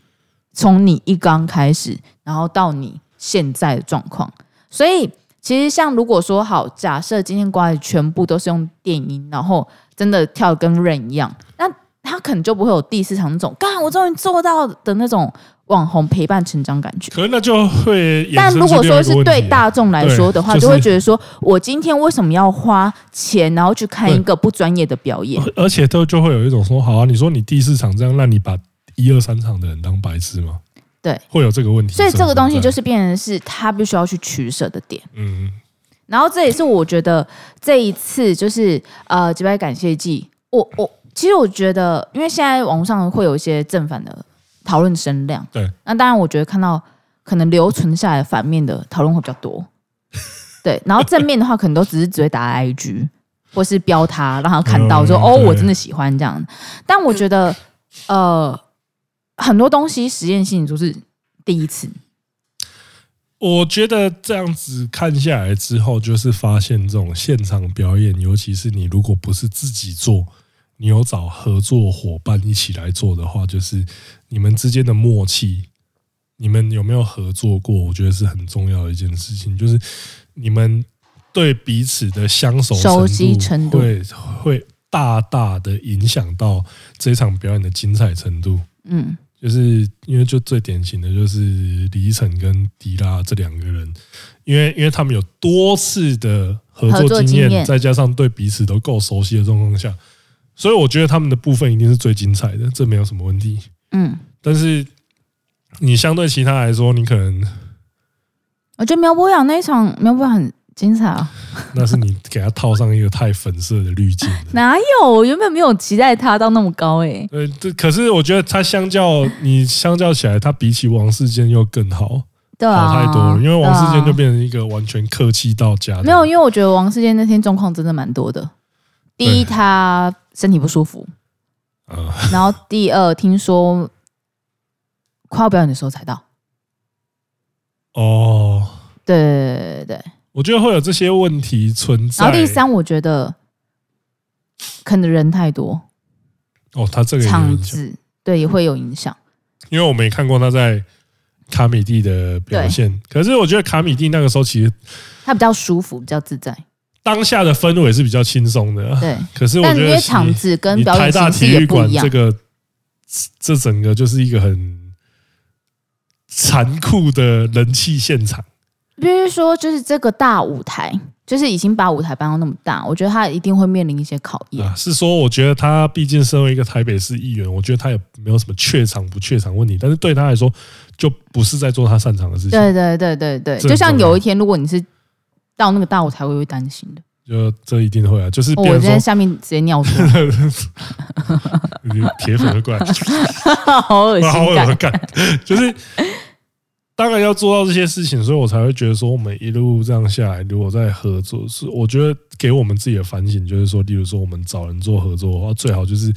S2: 从你一刚开始，然后到你现在的状况。所以其实像如果说好，假设今天瓜子全部都是用电音，然后真的跳得跟 Rain 一样，那他可能就不会有第四场那种“干，我终于做到”的那种网红陪伴成长感觉。
S1: 可能那就会衍
S2: 但
S1: 生
S2: 如
S1: 出
S2: 果
S1: 另外
S2: 说
S1: 一个
S2: 是
S1: 问题
S2: 对
S1: 啊
S2: 大众来说的话，
S1: 对就
S2: 就是会觉得说，我今天为什么要花钱，然后去看一个不专业的表演？
S1: 而且都就会有一种说，好啊，你说你第四场这样，那你把一二三场的人当白痴吗？
S2: 对，
S1: 会有这个问题
S2: 所
S1: 生
S2: 以
S1: 存在。
S2: 这个东西就是是变成是他必须要去取舍的点。
S1: 嗯，
S2: 然后这也是我觉得这一次就是呃，几百感谢祭，我我其实我觉得，因为现在网络上会有一些正反的讨论声量，
S1: 对。
S2: 那当然，我觉得看到可能留存下来的反面的讨论会比较 多，对。然后正面的话，可能都只是只会打 IG 或是标他，让他看到说、
S1: 嗯
S2: 哦，
S1: 对
S2: 我真的喜欢这样。但我觉得，呃，很多东西实验性就是第一次，
S1: 我觉得这样子看下来之后，就是发现这种现场表演，尤其是你如果不是自己做，你有找合作伙伴一起来做的话，就是你们之间的默契，你们有没有合作过？我觉得是很重要的一件事情，就是你们对彼此的相熟
S2: 熟悉程度
S1: 会会大大的影响到这场表演的精彩程度。
S2: 嗯，
S1: 就是因为就最典型的就是李晨跟迪拉这两个人，因为因为他们有多次的合
S2: 合
S1: 作
S2: 作
S1: 经
S2: 经
S1: 验，
S2: 验
S1: 再加上对彼此都够熟悉的状况下，所以我觉得他们的部分一定是最精彩的，这没有什么问题。
S2: 嗯，
S1: 但是你相对其他来说，你可能
S2: 我觉得苗博雅那一场苗博雅很精彩啊，
S1: 那是你给他套上一个太粉色的滤镜了。
S2: 哪有？我原本没有期待他到那么高欸诶、
S1: 呃，这可是我觉得他相较你相较起来，他比起王世坚又更好，
S2: 对啊，
S1: 好太多了。因为王世坚就
S2: 对
S1: 变成一个完全客气到家的
S2: 啊
S1: 人，
S2: 没有，因为我觉得王世坚那天状况真的蛮多的。第
S1: 对
S2: 一，他身体不舒服，
S1: 啊。
S2: 然后第二，听说快要表演的时候才到。
S1: 哦，
S2: 对对对对对对。
S1: 我觉得会有这些问题存在。
S2: 然后第，三，我觉得可能人太多，
S1: 哦，他这个也有
S2: 场
S1: 影响，
S2: 子对也会有影响。
S1: 因为我没看过他在卡米蒂的表现，可是我觉得卡米蒂那个时候其实
S2: 他比较舒服，比较自在。
S1: 当下的氛围是比较轻松的，啊
S2: 对，
S1: 可是我
S2: 但因
S1: 觉
S2: 为
S1: 得
S2: 场
S1: 你
S2: 子跟
S1: 你
S2: 表
S1: 台
S2: 演
S1: 大体
S2: 形式
S1: 育
S2: 也不
S1: 馆
S2: 一样
S1: 这。个这整个就是一个很残酷的人气现场。
S2: 比如说，就是这个大舞台，就是已经把舞台搬到那么大，我觉得他一定会面临一些考验。
S1: 啊，是说我觉得他毕竟身为一个台北市议员，我觉得他也没有什么怯场不怯场问题，但是对他来说，就不是在做他擅长的事情。
S2: 对对对对对，
S1: 啊这啊
S2: 就像有一天，如果你是到那个大舞台，我会担心的。
S1: 就这一定会啊，就是
S2: 哦
S1: 别
S2: 我
S1: 人
S2: 在
S1: 说
S2: 下面直接尿出 来，
S1: 你铁粉就过 来，
S2: 好 恶
S1: 哇好
S2: 心
S1: 有
S2: 感。
S1: 感，就是当然要做到这些事情，所以我才会觉得说，我们一路这样下来，如果在合作，是我觉得给我们自己的反省，就是说，例如说我们找人做合作的话，最好就是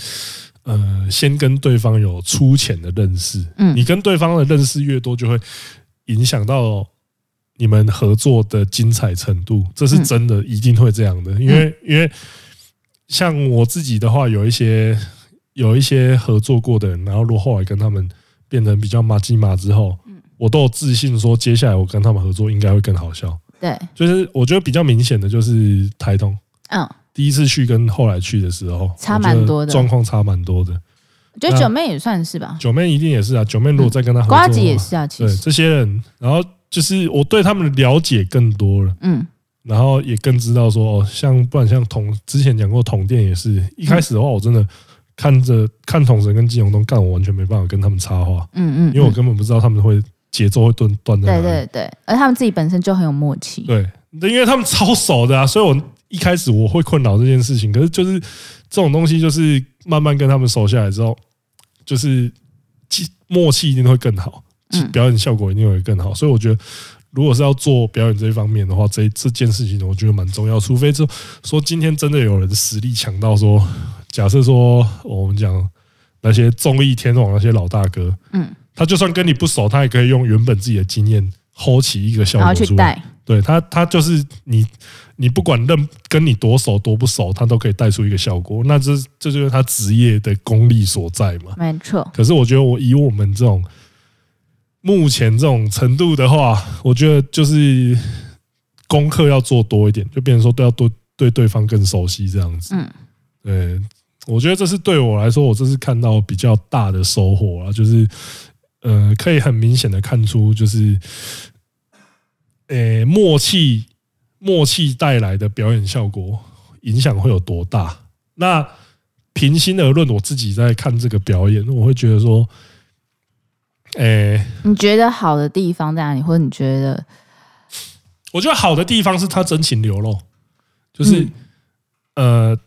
S1: 呃，先跟对方有粗浅的认识，
S2: 嗯
S1: 你跟对方的认识越多，就会影响到你们合作的精彩程度，这
S2: 嗯
S1: 是真的，一定会这样的。因为因为像我自己的话，有一些有一些合作过的人，然后如果后来跟他们变成比较麻吉麻之后，
S2: 嗯
S1: 我都有自信说，接下来我跟他们合作应该会更好笑。
S2: 对，
S1: 就是我觉得比较明显的就是台东
S2: 嗯，
S1: 第一次去跟后来去的时候，
S2: 差蛮
S1: 我觉
S2: 多的
S1: 得状况差蛮多的。
S2: 我觉得九妹也算是吧，
S1: 九妹一定也是啊，九妹如果再跟他合作的话，
S2: 瓜子也是啊，其
S1: 对
S2: 实，
S1: 这些人，然后就是我对他们的了解更多了，
S2: 嗯，
S1: 然后也更知道说，哦，像不然像统之前讲过统电也是，一开始的话我真的看着看统神跟金融东干，我完全没办法跟他们插话，
S2: 嗯嗯，
S1: 因为我
S2: 嗯
S1: 根本不知道他们会节奏会断断在
S2: 对
S1: 哪里。
S2: 对对，而他们自己本身就很有默契。
S1: 对，因为他们超熟的啊，所以我一开始我会困扰这件事情。可是就是这种东西，就是慢慢跟他们熟下来之后，就是既默契一定会更好，其
S2: 嗯
S1: 表演效果一定会更好。所以我觉得，如果是要做表演这一方面的话，这这件事情我觉得蛮重要。除非说说今天真的有人实力强到说，假设说我们讲那些综艺天王那些老大哥，
S2: 嗯，
S1: 他就算跟你不熟，他也可以用原本自己的经验。hold 起一个效
S2: 然
S1: 果
S2: 后去
S1: 出来，
S2: 带，
S1: 对他，他就是你，你不管认跟你多熟多不熟，他都可以带出一个效果。那这这就是他职业的功力所在嘛。
S2: 没错，
S1: 可是我觉得，我以我们这种目前这种程度的话，我觉得就是功课要做多一点，就变成说都要多对对方更熟悉这样子。
S2: 嗯，
S1: 对，我觉得这是对我来说，我这是看到比较大的收获啊，就是呃，可以很明显的看出，就是呃，默契默契带来的表演效果影响会有多大。那平心而论，我自己在看这个表演，我会觉得说，诶、
S2: 你觉得好的地方在哪里，或者你觉得
S1: 我觉得好的地方是他真情流露，就是、
S2: 嗯
S1: 呃，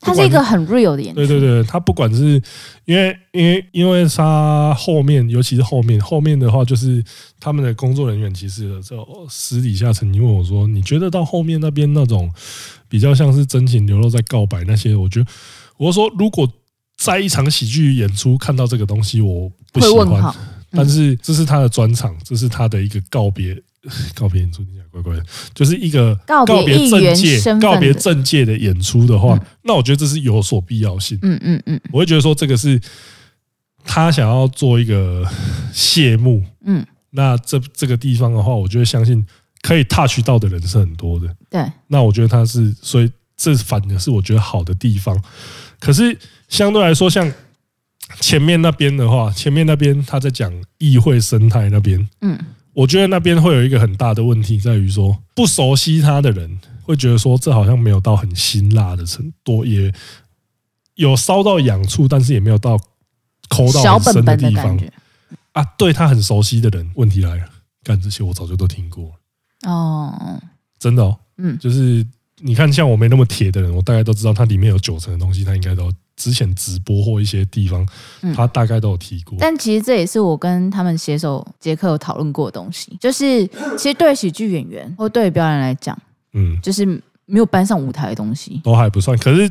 S2: 它是一个很 real 的演出，
S1: 对对对，他不管是因为因为因为他后面，尤其是后面后面的话，就是他们的工作人员其实在私底下曾经问我说：“你觉得到后面那边那种比较像是真情流露在告白那些？”我觉得我说，如果在一场喜剧演出看到这个东西，我不喜
S2: 会问
S1: 欢
S2: 号。，
S1: 但是这是他的专场，这是他的一个告别。 告别演出听起来怪怪的，就是一个
S2: 告别
S1: 别
S2: 议
S1: 政
S2: 员
S1: 界、
S2: 身份
S1: 告别
S2: 的
S1: 政界的演出的话
S2: 嗯，
S1: 那我觉得这是有所必要性。
S2: 嗯嗯嗯
S1: 我会觉得说这个是他想要做一个 谢幕。
S2: 嗯，
S1: 那这这个地方的话，我就会相信可以 touch 到的人是很多的。
S2: 对，
S1: 那我觉得他是，所以这反而是我觉得好的地方。可是相对来说，像前面那边的话，前面那边他在讲议会生态那边，
S2: 嗯，
S1: 我觉得那边会有一个很大的问题，在于说不熟悉他的人会觉得说这好像没有到很辛辣的程度，也有烧到痒处，但是也没有到抠到
S2: 小
S1: 很
S2: 本
S1: 深
S2: 本的
S1: 地
S2: 感
S1: 方
S2: 觉
S1: 啊。对他很熟悉的人，问题来了，干这些我早就都听过了，
S2: 哦，
S1: 真的、哦，
S2: 嗯
S1: 就是你看，像我没那么铁的人，我大概都知道它里面有九成的东西，他应该都之前直播或一些地方
S2: 嗯，
S1: 他大概都有提过。
S2: 但其实这也是我跟他们携手杰克有讨论过的东西，就是其实对喜剧演员或对表演来讲，
S1: 嗯，
S2: 就是没有搬上舞台的东西。
S1: 都还不算。可是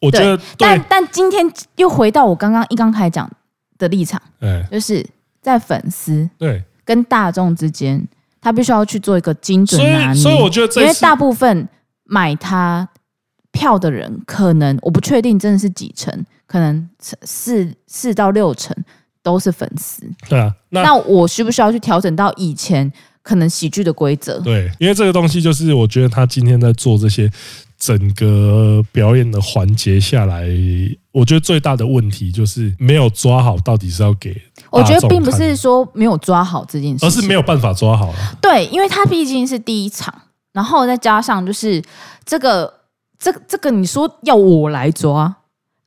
S1: 我觉得对，
S2: 但但今天又回到我刚刚一刚开始讲的立场，
S1: 哎，
S2: 就是在粉丝
S1: 对，
S2: 跟大众之间，他必须要去做一个精准
S1: 所
S2: 拿
S1: 以
S2: 捏。
S1: 所以我觉得
S2: 因
S1: 这
S2: 为
S1: 次
S2: 大部分买他票的人，可能我不确定真的是几成，可能四四到六成都是粉丝。
S1: 对啊，那
S2: 那我需不需要去调整到以前可能喜剧的规则？
S1: 对，因为这个东西就是我觉得他今天在做这些整个表演的环节下来，我觉得最大的问题就是没有抓好到底是要给，
S2: 我觉得并不是，说没有抓好这件事
S1: 而
S2: 情，
S1: 哦是没有办法抓好啊了。
S2: 对，因为它毕竟是第一场，然后再加上就是这个这个这个，你说要我来抓。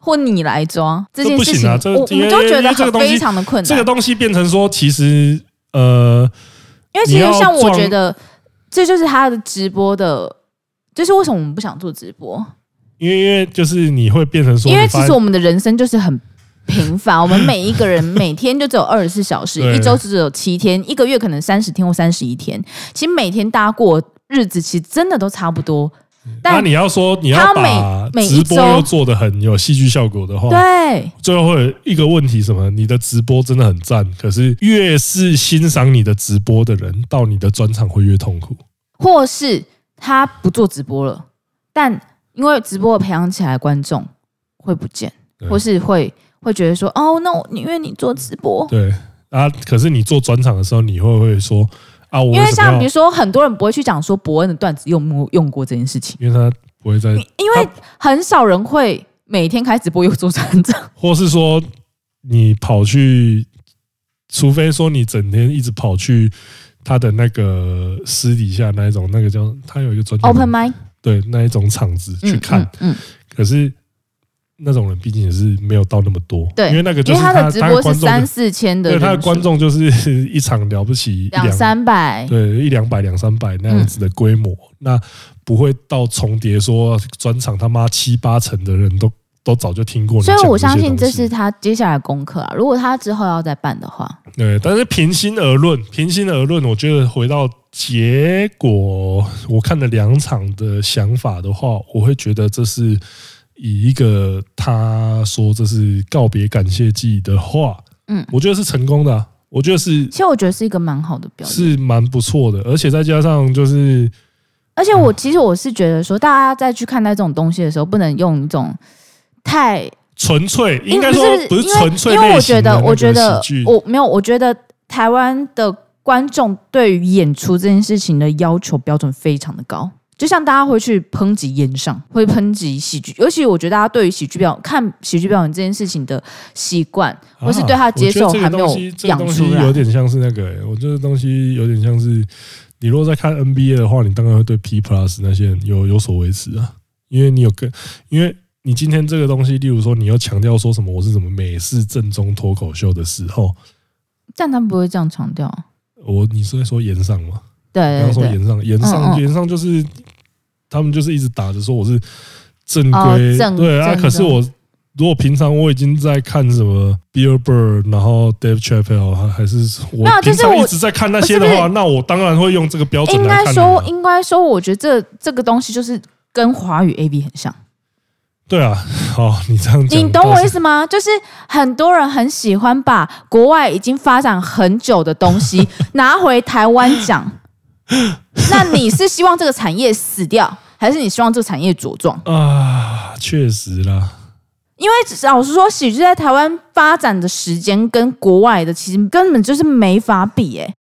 S2: 或你来抓这件事
S1: 不
S2: 情，
S1: 行啊这
S2: 我我
S1: 因为
S2: 们就觉
S1: 因为
S2: 得
S1: 这个
S2: 很
S1: 东西
S2: 非常的困难。
S1: 这个东西变成说，其实呃，
S2: 因为其
S1: 你
S2: 实
S1: 要
S2: 像我
S1: 撞
S2: 觉得，这就是他的直播的，就是为什么我们不想做直播？
S1: 因为因为就是你会变成说，
S2: 因为
S1: 你发
S2: 其
S1: 现啊
S2: 实我们的人生就是很平凡，我们每一个人每天就只有二十四小时，
S1: 对
S2: 一周只有七天，一个月可能三十天或三十一天。其实每天大家过日子，其实真的都差不多。
S1: 那
S2: 但
S1: 你要说你要
S2: 他
S1: 把
S2: 每每一
S1: 直播又
S2: 周
S1: 做的很有戏剧效果的话，
S2: 对啊
S1: 最后会有一个问题什么？你的直播真的很赞，可是越是欣赏你的直播的人，到你的专场会越痛苦。
S2: 或是他不做直播了，但因为直播培养起来观众会不见，
S1: 对
S2: 或是会会觉得说，哦，那我宁愿你做直播，
S1: 对啊，可是你做专场的时候，你会不会说啊？我
S2: 因为
S1: 什么
S2: 像
S1: 要
S2: 比如说，很多人不会去讲说伯恩的段子用没用过这件事情，
S1: 因为他不会在，
S2: 因为很少人会每天开直播又做成这 样。
S1: 或是说你跑去，除非说你整天一直跑去他的那个私底下那一种，那个叫他有一个专
S2: Open m i d
S1: 对那一种场子去看，
S2: 嗯，嗯
S1: 可是那种人毕竟也是没有到那么多，
S2: 对
S1: 因为那个就
S2: 因为
S1: 是
S2: 他
S1: 他
S2: 的直播
S1: 观
S2: 是
S1: 众
S2: 三
S1: 的，
S2: 四千的
S1: 对
S2: 人数，
S1: 他的观众就是 一场了不起一
S2: 两三百，嗯
S1: 对一两百两三百那样子的规模，那不会到重叠说专场他妈七八成的人都都早就听过你
S2: 所
S1: 讲些东西，
S2: 以我相信这是他接下来的功课啊。如果他之后要再办的话，
S1: 对，但是平心而论，平心而论，我觉得回到结果，我看了两场的想法的话，我会觉得这是以一个他说这是告别感谢季的话，
S2: 嗯
S1: 我觉得是成功的啊、我觉得是
S2: 其实我觉得是一个蛮好的表演。
S1: 是蛮不错的，而且再加上就是
S2: 而且我其实我是觉得说，大家在去看待这种东西的时候，不能用一种太
S1: 纯粹，应该
S2: 不
S1: 说
S2: 是
S1: 不是
S2: 因为
S1: 纯粹
S2: 因为
S1: 类
S2: 我
S1: 型
S2: 觉
S1: 的
S2: 得，
S1: 那
S2: 我觉
S1: 个
S2: 得
S1: 喜剧，
S2: 我没有，我觉得台湾的观众对于演出这件事情的要求标准非常的高。就像大家会去抨击演上，会抨击喜剧，尤其我觉得大家对于喜剧表看喜剧表演这件事情的习惯，或是
S1: 啊
S2: 对他的接受还没有养
S1: 啊我觉得这个东西
S2: 出
S1: 这个东西
S2: 来
S1: 有。点像是那个、欸，我觉得东西有点像是你如果在看 NBA 的话，你当然会对 P Plus 那些人有有所维持啊，因为你有跟，因为你今天这个东西，例如说你要强调说什么我是什么美式正宗脱口秀的时候，
S2: 但他们不会这样强调，啊
S1: 我你是在说言上吗？
S2: 对
S1: 刚刚
S2: 对
S1: 说
S2: 对，
S1: 言上，言
S2: 嗯
S1: 上
S2: 嗯
S1: 言上就是他们就是一直打着说我是正
S2: 哦
S1: 规，
S2: 正
S1: 对啊。
S2: 正
S1: 可是
S2: 宗
S1: 我如果平常我已经在看什么 Bill Burr，然后 Dave Chappelle，还还是我
S2: 没有就
S1: 平
S2: 是
S1: 常一
S2: 我
S1: 直在看那
S2: 不
S1: 些
S2: 是
S1: 的
S2: 不
S1: 话，
S2: 是
S1: 那我当然会用这个标准
S2: 应
S1: 来
S2: 该
S1: 看你
S2: 说
S1: 了。
S2: 应该说，我觉得这这个东西就是跟华语 A B 很像，
S1: 对啊，好，你这样讲，
S2: 你懂我意
S1: 思？
S2: 思吗？就是很多人很喜欢把国外已经发展很久的东西拿回台湾讲。那你是希望这个产业死掉，还是你希望这个产业茁壮？
S1: 啊，确实啦，
S2: 因为老实说，喜剧在台湾发展的时间跟国外的其实根本就是没法比、欸，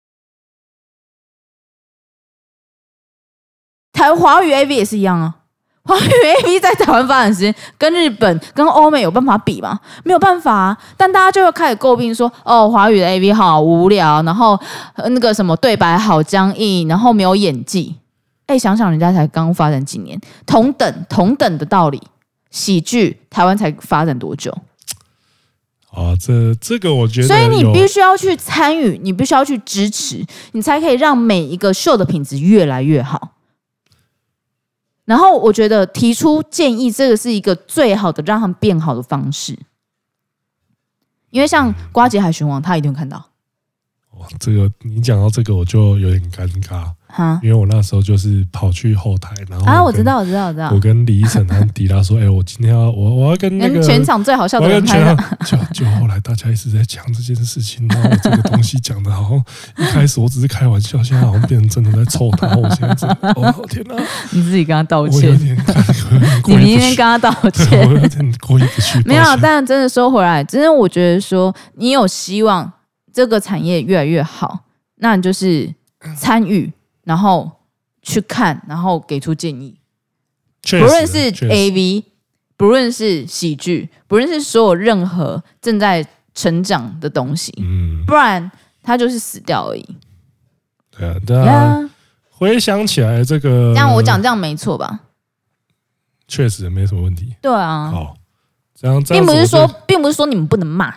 S2: 台华语 A V 也是一样啊， 华语 A V 在台湾发展时间跟日本、跟欧美有办法比吗？没有办法啊。但大家就会开始诟病说，哦，华语的 A V 好无聊，然后呃那个什么对白好僵硬，然后没有演技。哎，想想人家才刚发展几年，同等同等的道理，喜剧台湾才发展多久？
S1: 啊，这这个我觉得
S2: 所以你
S1: 有
S2: 必须要去参与，你必须要去支持，你才可以让每一个秀的品质越来越好。然后我觉得提出建议，这个是一个最好的让他们变好的方式。因为像瓜姐海巡王，他一定会看到
S1: 哇这个你讲到这个，我就有点尴尬，
S2: 哈
S1: 因为我那时候就是跑去后台，然后
S2: 啊，
S1: 跟
S2: 我知。道，我知道，我知道
S1: 我，跟李医生和迪拉 说：“哎、我今天要我我要跟那个
S2: 跟全场最好笑
S1: 我
S2: 的
S1: 要
S2: 人
S1: 跟
S2: 拍
S1: 全
S2: 的，
S1: 场就就后来大家一直在讲这件事情，然后我这个东西讲的好像一开始我只是开玩笑，现在好像变成真的在臭他。我现在真的， 哦天哪、
S2: 你自己跟他道
S1: 我有
S2: 歉，
S1: 点看我有点
S2: 你
S1: 过意
S2: 明
S1: 不
S2: 天
S1: 去
S2: 跟，他道
S1: 对
S2: 歉
S1: 我。有点过意不去。
S2: 没有啊
S1: 抱，歉
S2: 但真的说回来，真的我觉得说，你有希望这个产业越来越好，那你就是
S1: 嗯
S2: 参与，然后去看，然后给出建议，
S1: 确
S2: 不
S1: 实
S2: 论是
S1: 确实
S2: A V，不论是喜剧，不论是所有任何正在成长的东西，
S1: 嗯，
S2: 不然它就是死掉而已。
S1: 对啊，对啊。嗯
S2: 呀，
S1: 回想起来，这个
S2: 这样我讲这样没错吧？
S1: 确实没什么问题。
S2: 对啊，
S1: 好，这样这样
S2: 并
S1: 子
S2: 不
S1: 我
S2: 是
S1: 就
S2: 说，并不是说你们不能骂，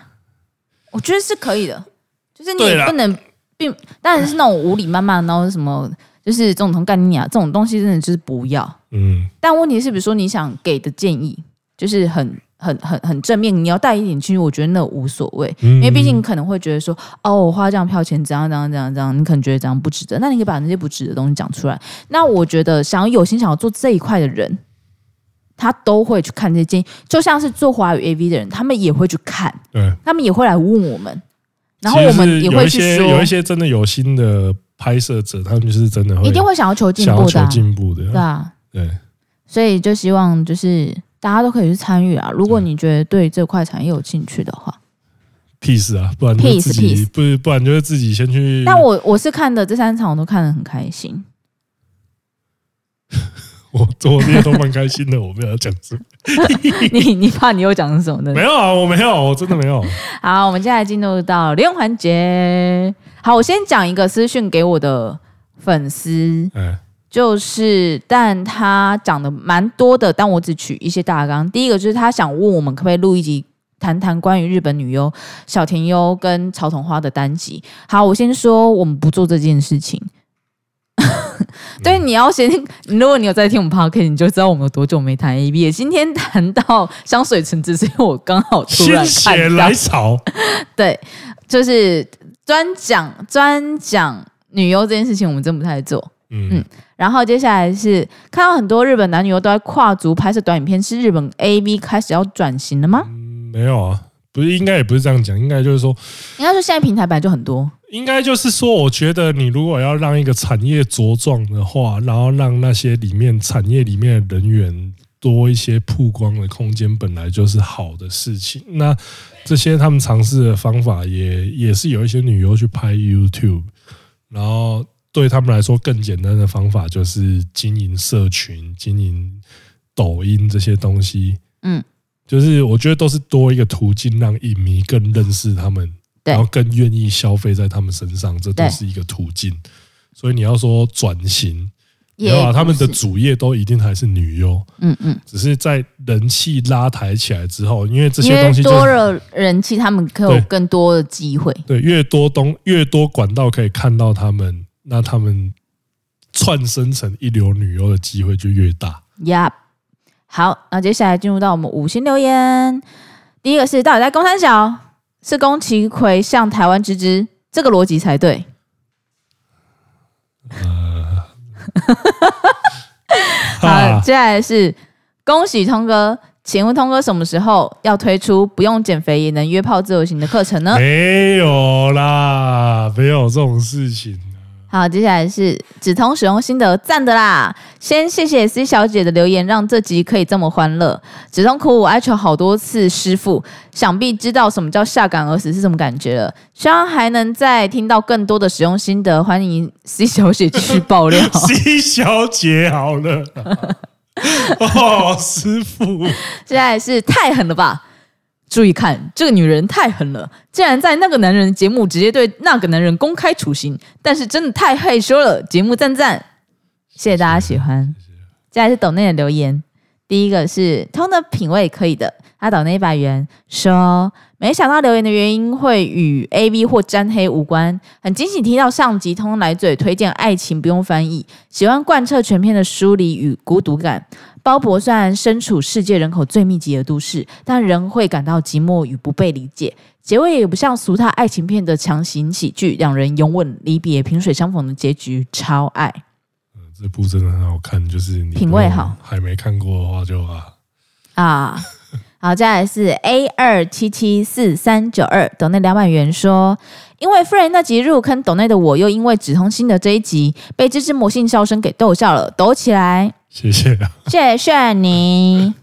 S2: 我觉得是可以的，就是你
S1: 对啦
S2: 不能并，当然是那种无理谩骂，然后什么就是这种同概念啊，这种东西真的就是不要。
S1: 嗯，
S2: 但问题是，比如说你想给的建议，就是很很很很正面，你要带一点进去，我觉得那无所谓，
S1: 因
S2: 因为毕
S1: 嗯
S2: 竟可能会觉得说，哦，我花这样票钱，怎样怎样怎样怎样，你可能觉得这样不值得，那你可以把那些不值得的东西讲出来。那我觉得，想要有心想要做这一块的人，他都会去看这些建议，就像是做华语 AV 的人，他们也会去看，
S1: 对。
S2: 他们也会来问我们，然后
S1: 其
S2: 我
S1: 实是
S2: 们也
S1: 有
S2: 会
S1: 一
S2: 去
S1: 些
S2: 说，
S1: 有一些真的有心的拍摄者，他们就是真的会
S2: 一定会想要求进
S1: 想要
S2: 步的、
S1: 求
S2: 啊，
S1: 进步的
S2: 对
S1: 啊，
S2: 啊，
S1: 对，
S2: 所以就希望就是大家都可以去参与啊。如
S1: 嗯
S2: 果你觉得对这块产业有兴趣的话，
S1: peace 啊，不然就是
S2: Peace，
S1: 自己不不然就是自己先去。
S2: 但我我是看的这三场，我都看得很开心。
S1: 我 做这些都蛮开心的，我没有讲 什么，
S2: 你你怕你又讲成什么呢
S1: 没？有啊，我没有，我真的没有。
S2: 好，我们现在进入到留言环节。好，我先讲一个私讯给我的粉丝，
S1: 哎，
S2: 就是，但他讲的蛮多的，但我只取一些大纲。第一个就是他想问我们可不可以录一集。谈谈关于日本女优小田优跟草桐花的单集。好，我先说我们不做这件事情。对，你要先，如果你有在听我们 podcast，你就知道我们有多久没谈 A B。今天谈到香水橙子，所以我刚好突然
S1: 心
S2: 看
S1: 血
S2: 到
S1: 来潮，
S2: 对，就是专讲专讲女优这件事情，我们真不太做。
S1: 嗯，
S2: 然后接下来是看到很多日本男女优都在跨足拍摄短影片，是日本 A V 开始要转型了吗？
S1: 没有啊，不是，应该也不是这样讲，应该就是说，
S2: 应该说现在平台本来就很多，
S1: 应该就是说，我觉得你如果要让一个产业茁壮的话，然后让那些里面产业里面的人员多一些曝光的空间，本来就是好的事情。那这些他们尝试的方法也也是有一些女优去拍 YouTube，然后对他们来说更简单的方法就是经营社群、经营抖音这些东西。
S2: 嗯，
S1: 就是我觉得都是多一个途径，让影迷更认识他们，
S2: 对
S1: 然后更愿意消费在他们身上，这都
S2: 对
S1: 是一个途径。所以你要说转型，没
S2: 也
S1: 有啊，他们的
S2: 不是
S1: 主业都一定还是女优，
S2: 嗯嗯，
S1: 只是在人气拉抬起来之后，因为这
S2: 因
S1: 些东
S2: 为
S1: 西就
S2: 多
S1: 是
S2: 了人气，他们可以
S1: 对
S2: 有更多的机会。
S1: 对越多东越多管道可以看到他们，那他们窜升成一流女优的机会就越大。
S2: Yep，好，那接下来进入到我们五星留言。第一个是到底在公三小是宫崎葵向台湾之之，这个逻辑才对。好，
S1: 啊，
S2: 接下来是恭喜通哥，请问通哥什么时候要推出不用减肥也能约炮自由行的课程呢？
S1: 没有啦，没有这种事情。
S2: 好，接下来是止痛使用心得，赞的啦！先谢谢 C 小姐的留言，让这集可以这么欢乐。止痛苦我哀求好多次师傅，想必知道什么叫下岗而死是什么感觉了。希望还能再听到更多的使用心得，欢迎 C 小姐继续 爆料。
S1: C 小姐好了，哦，师傅，
S2: 接下来是太狠了吧？注意看，这个女人太狠了，竟然在那个男人的节目直接对那个男人公开处刑，但是真的太害羞了。节目赞赞，谢谢大家喜欢。接下来是抖内的留言，第一个是通的品味可以的，他抖内一百元说，没想到留言的原因会与 A V 或沾黑无关，很惊喜听到上集通来嘴推荐爱情不用翻译，喜欢贯彻全片的疏离与孤独感，鲍勃虽然身处世界人口最密集的都市，但仍会感到寂寞与不被理解。结尾也不像俗套爱情片的强行喜剧，两人永吻离别、萍水相逢的结局，超爱。
S1: 这部真的很好看，就是你
S2: 品味好，
S1: 还没看过的话就啊，
S2: 啊。好，接下来是 A 二七七四三九二，抖内两百元说，因为 Free 那集入坑抖内的我，又因为止痛心的这一集被这只魔性笑声给逗笑了，抖起来，
S1: 谢谢啊，
S2: 谢谢你。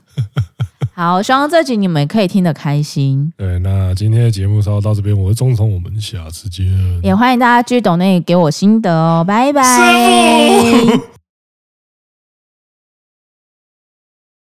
S2: 好，希望这集你们可以听得开心，
S1: 对，那今天的节目稍到这边，我是钟聪，我们下次见。
S2: 也欢迎大家继续抖内给我心得哦，拜拜。
S1: 师傅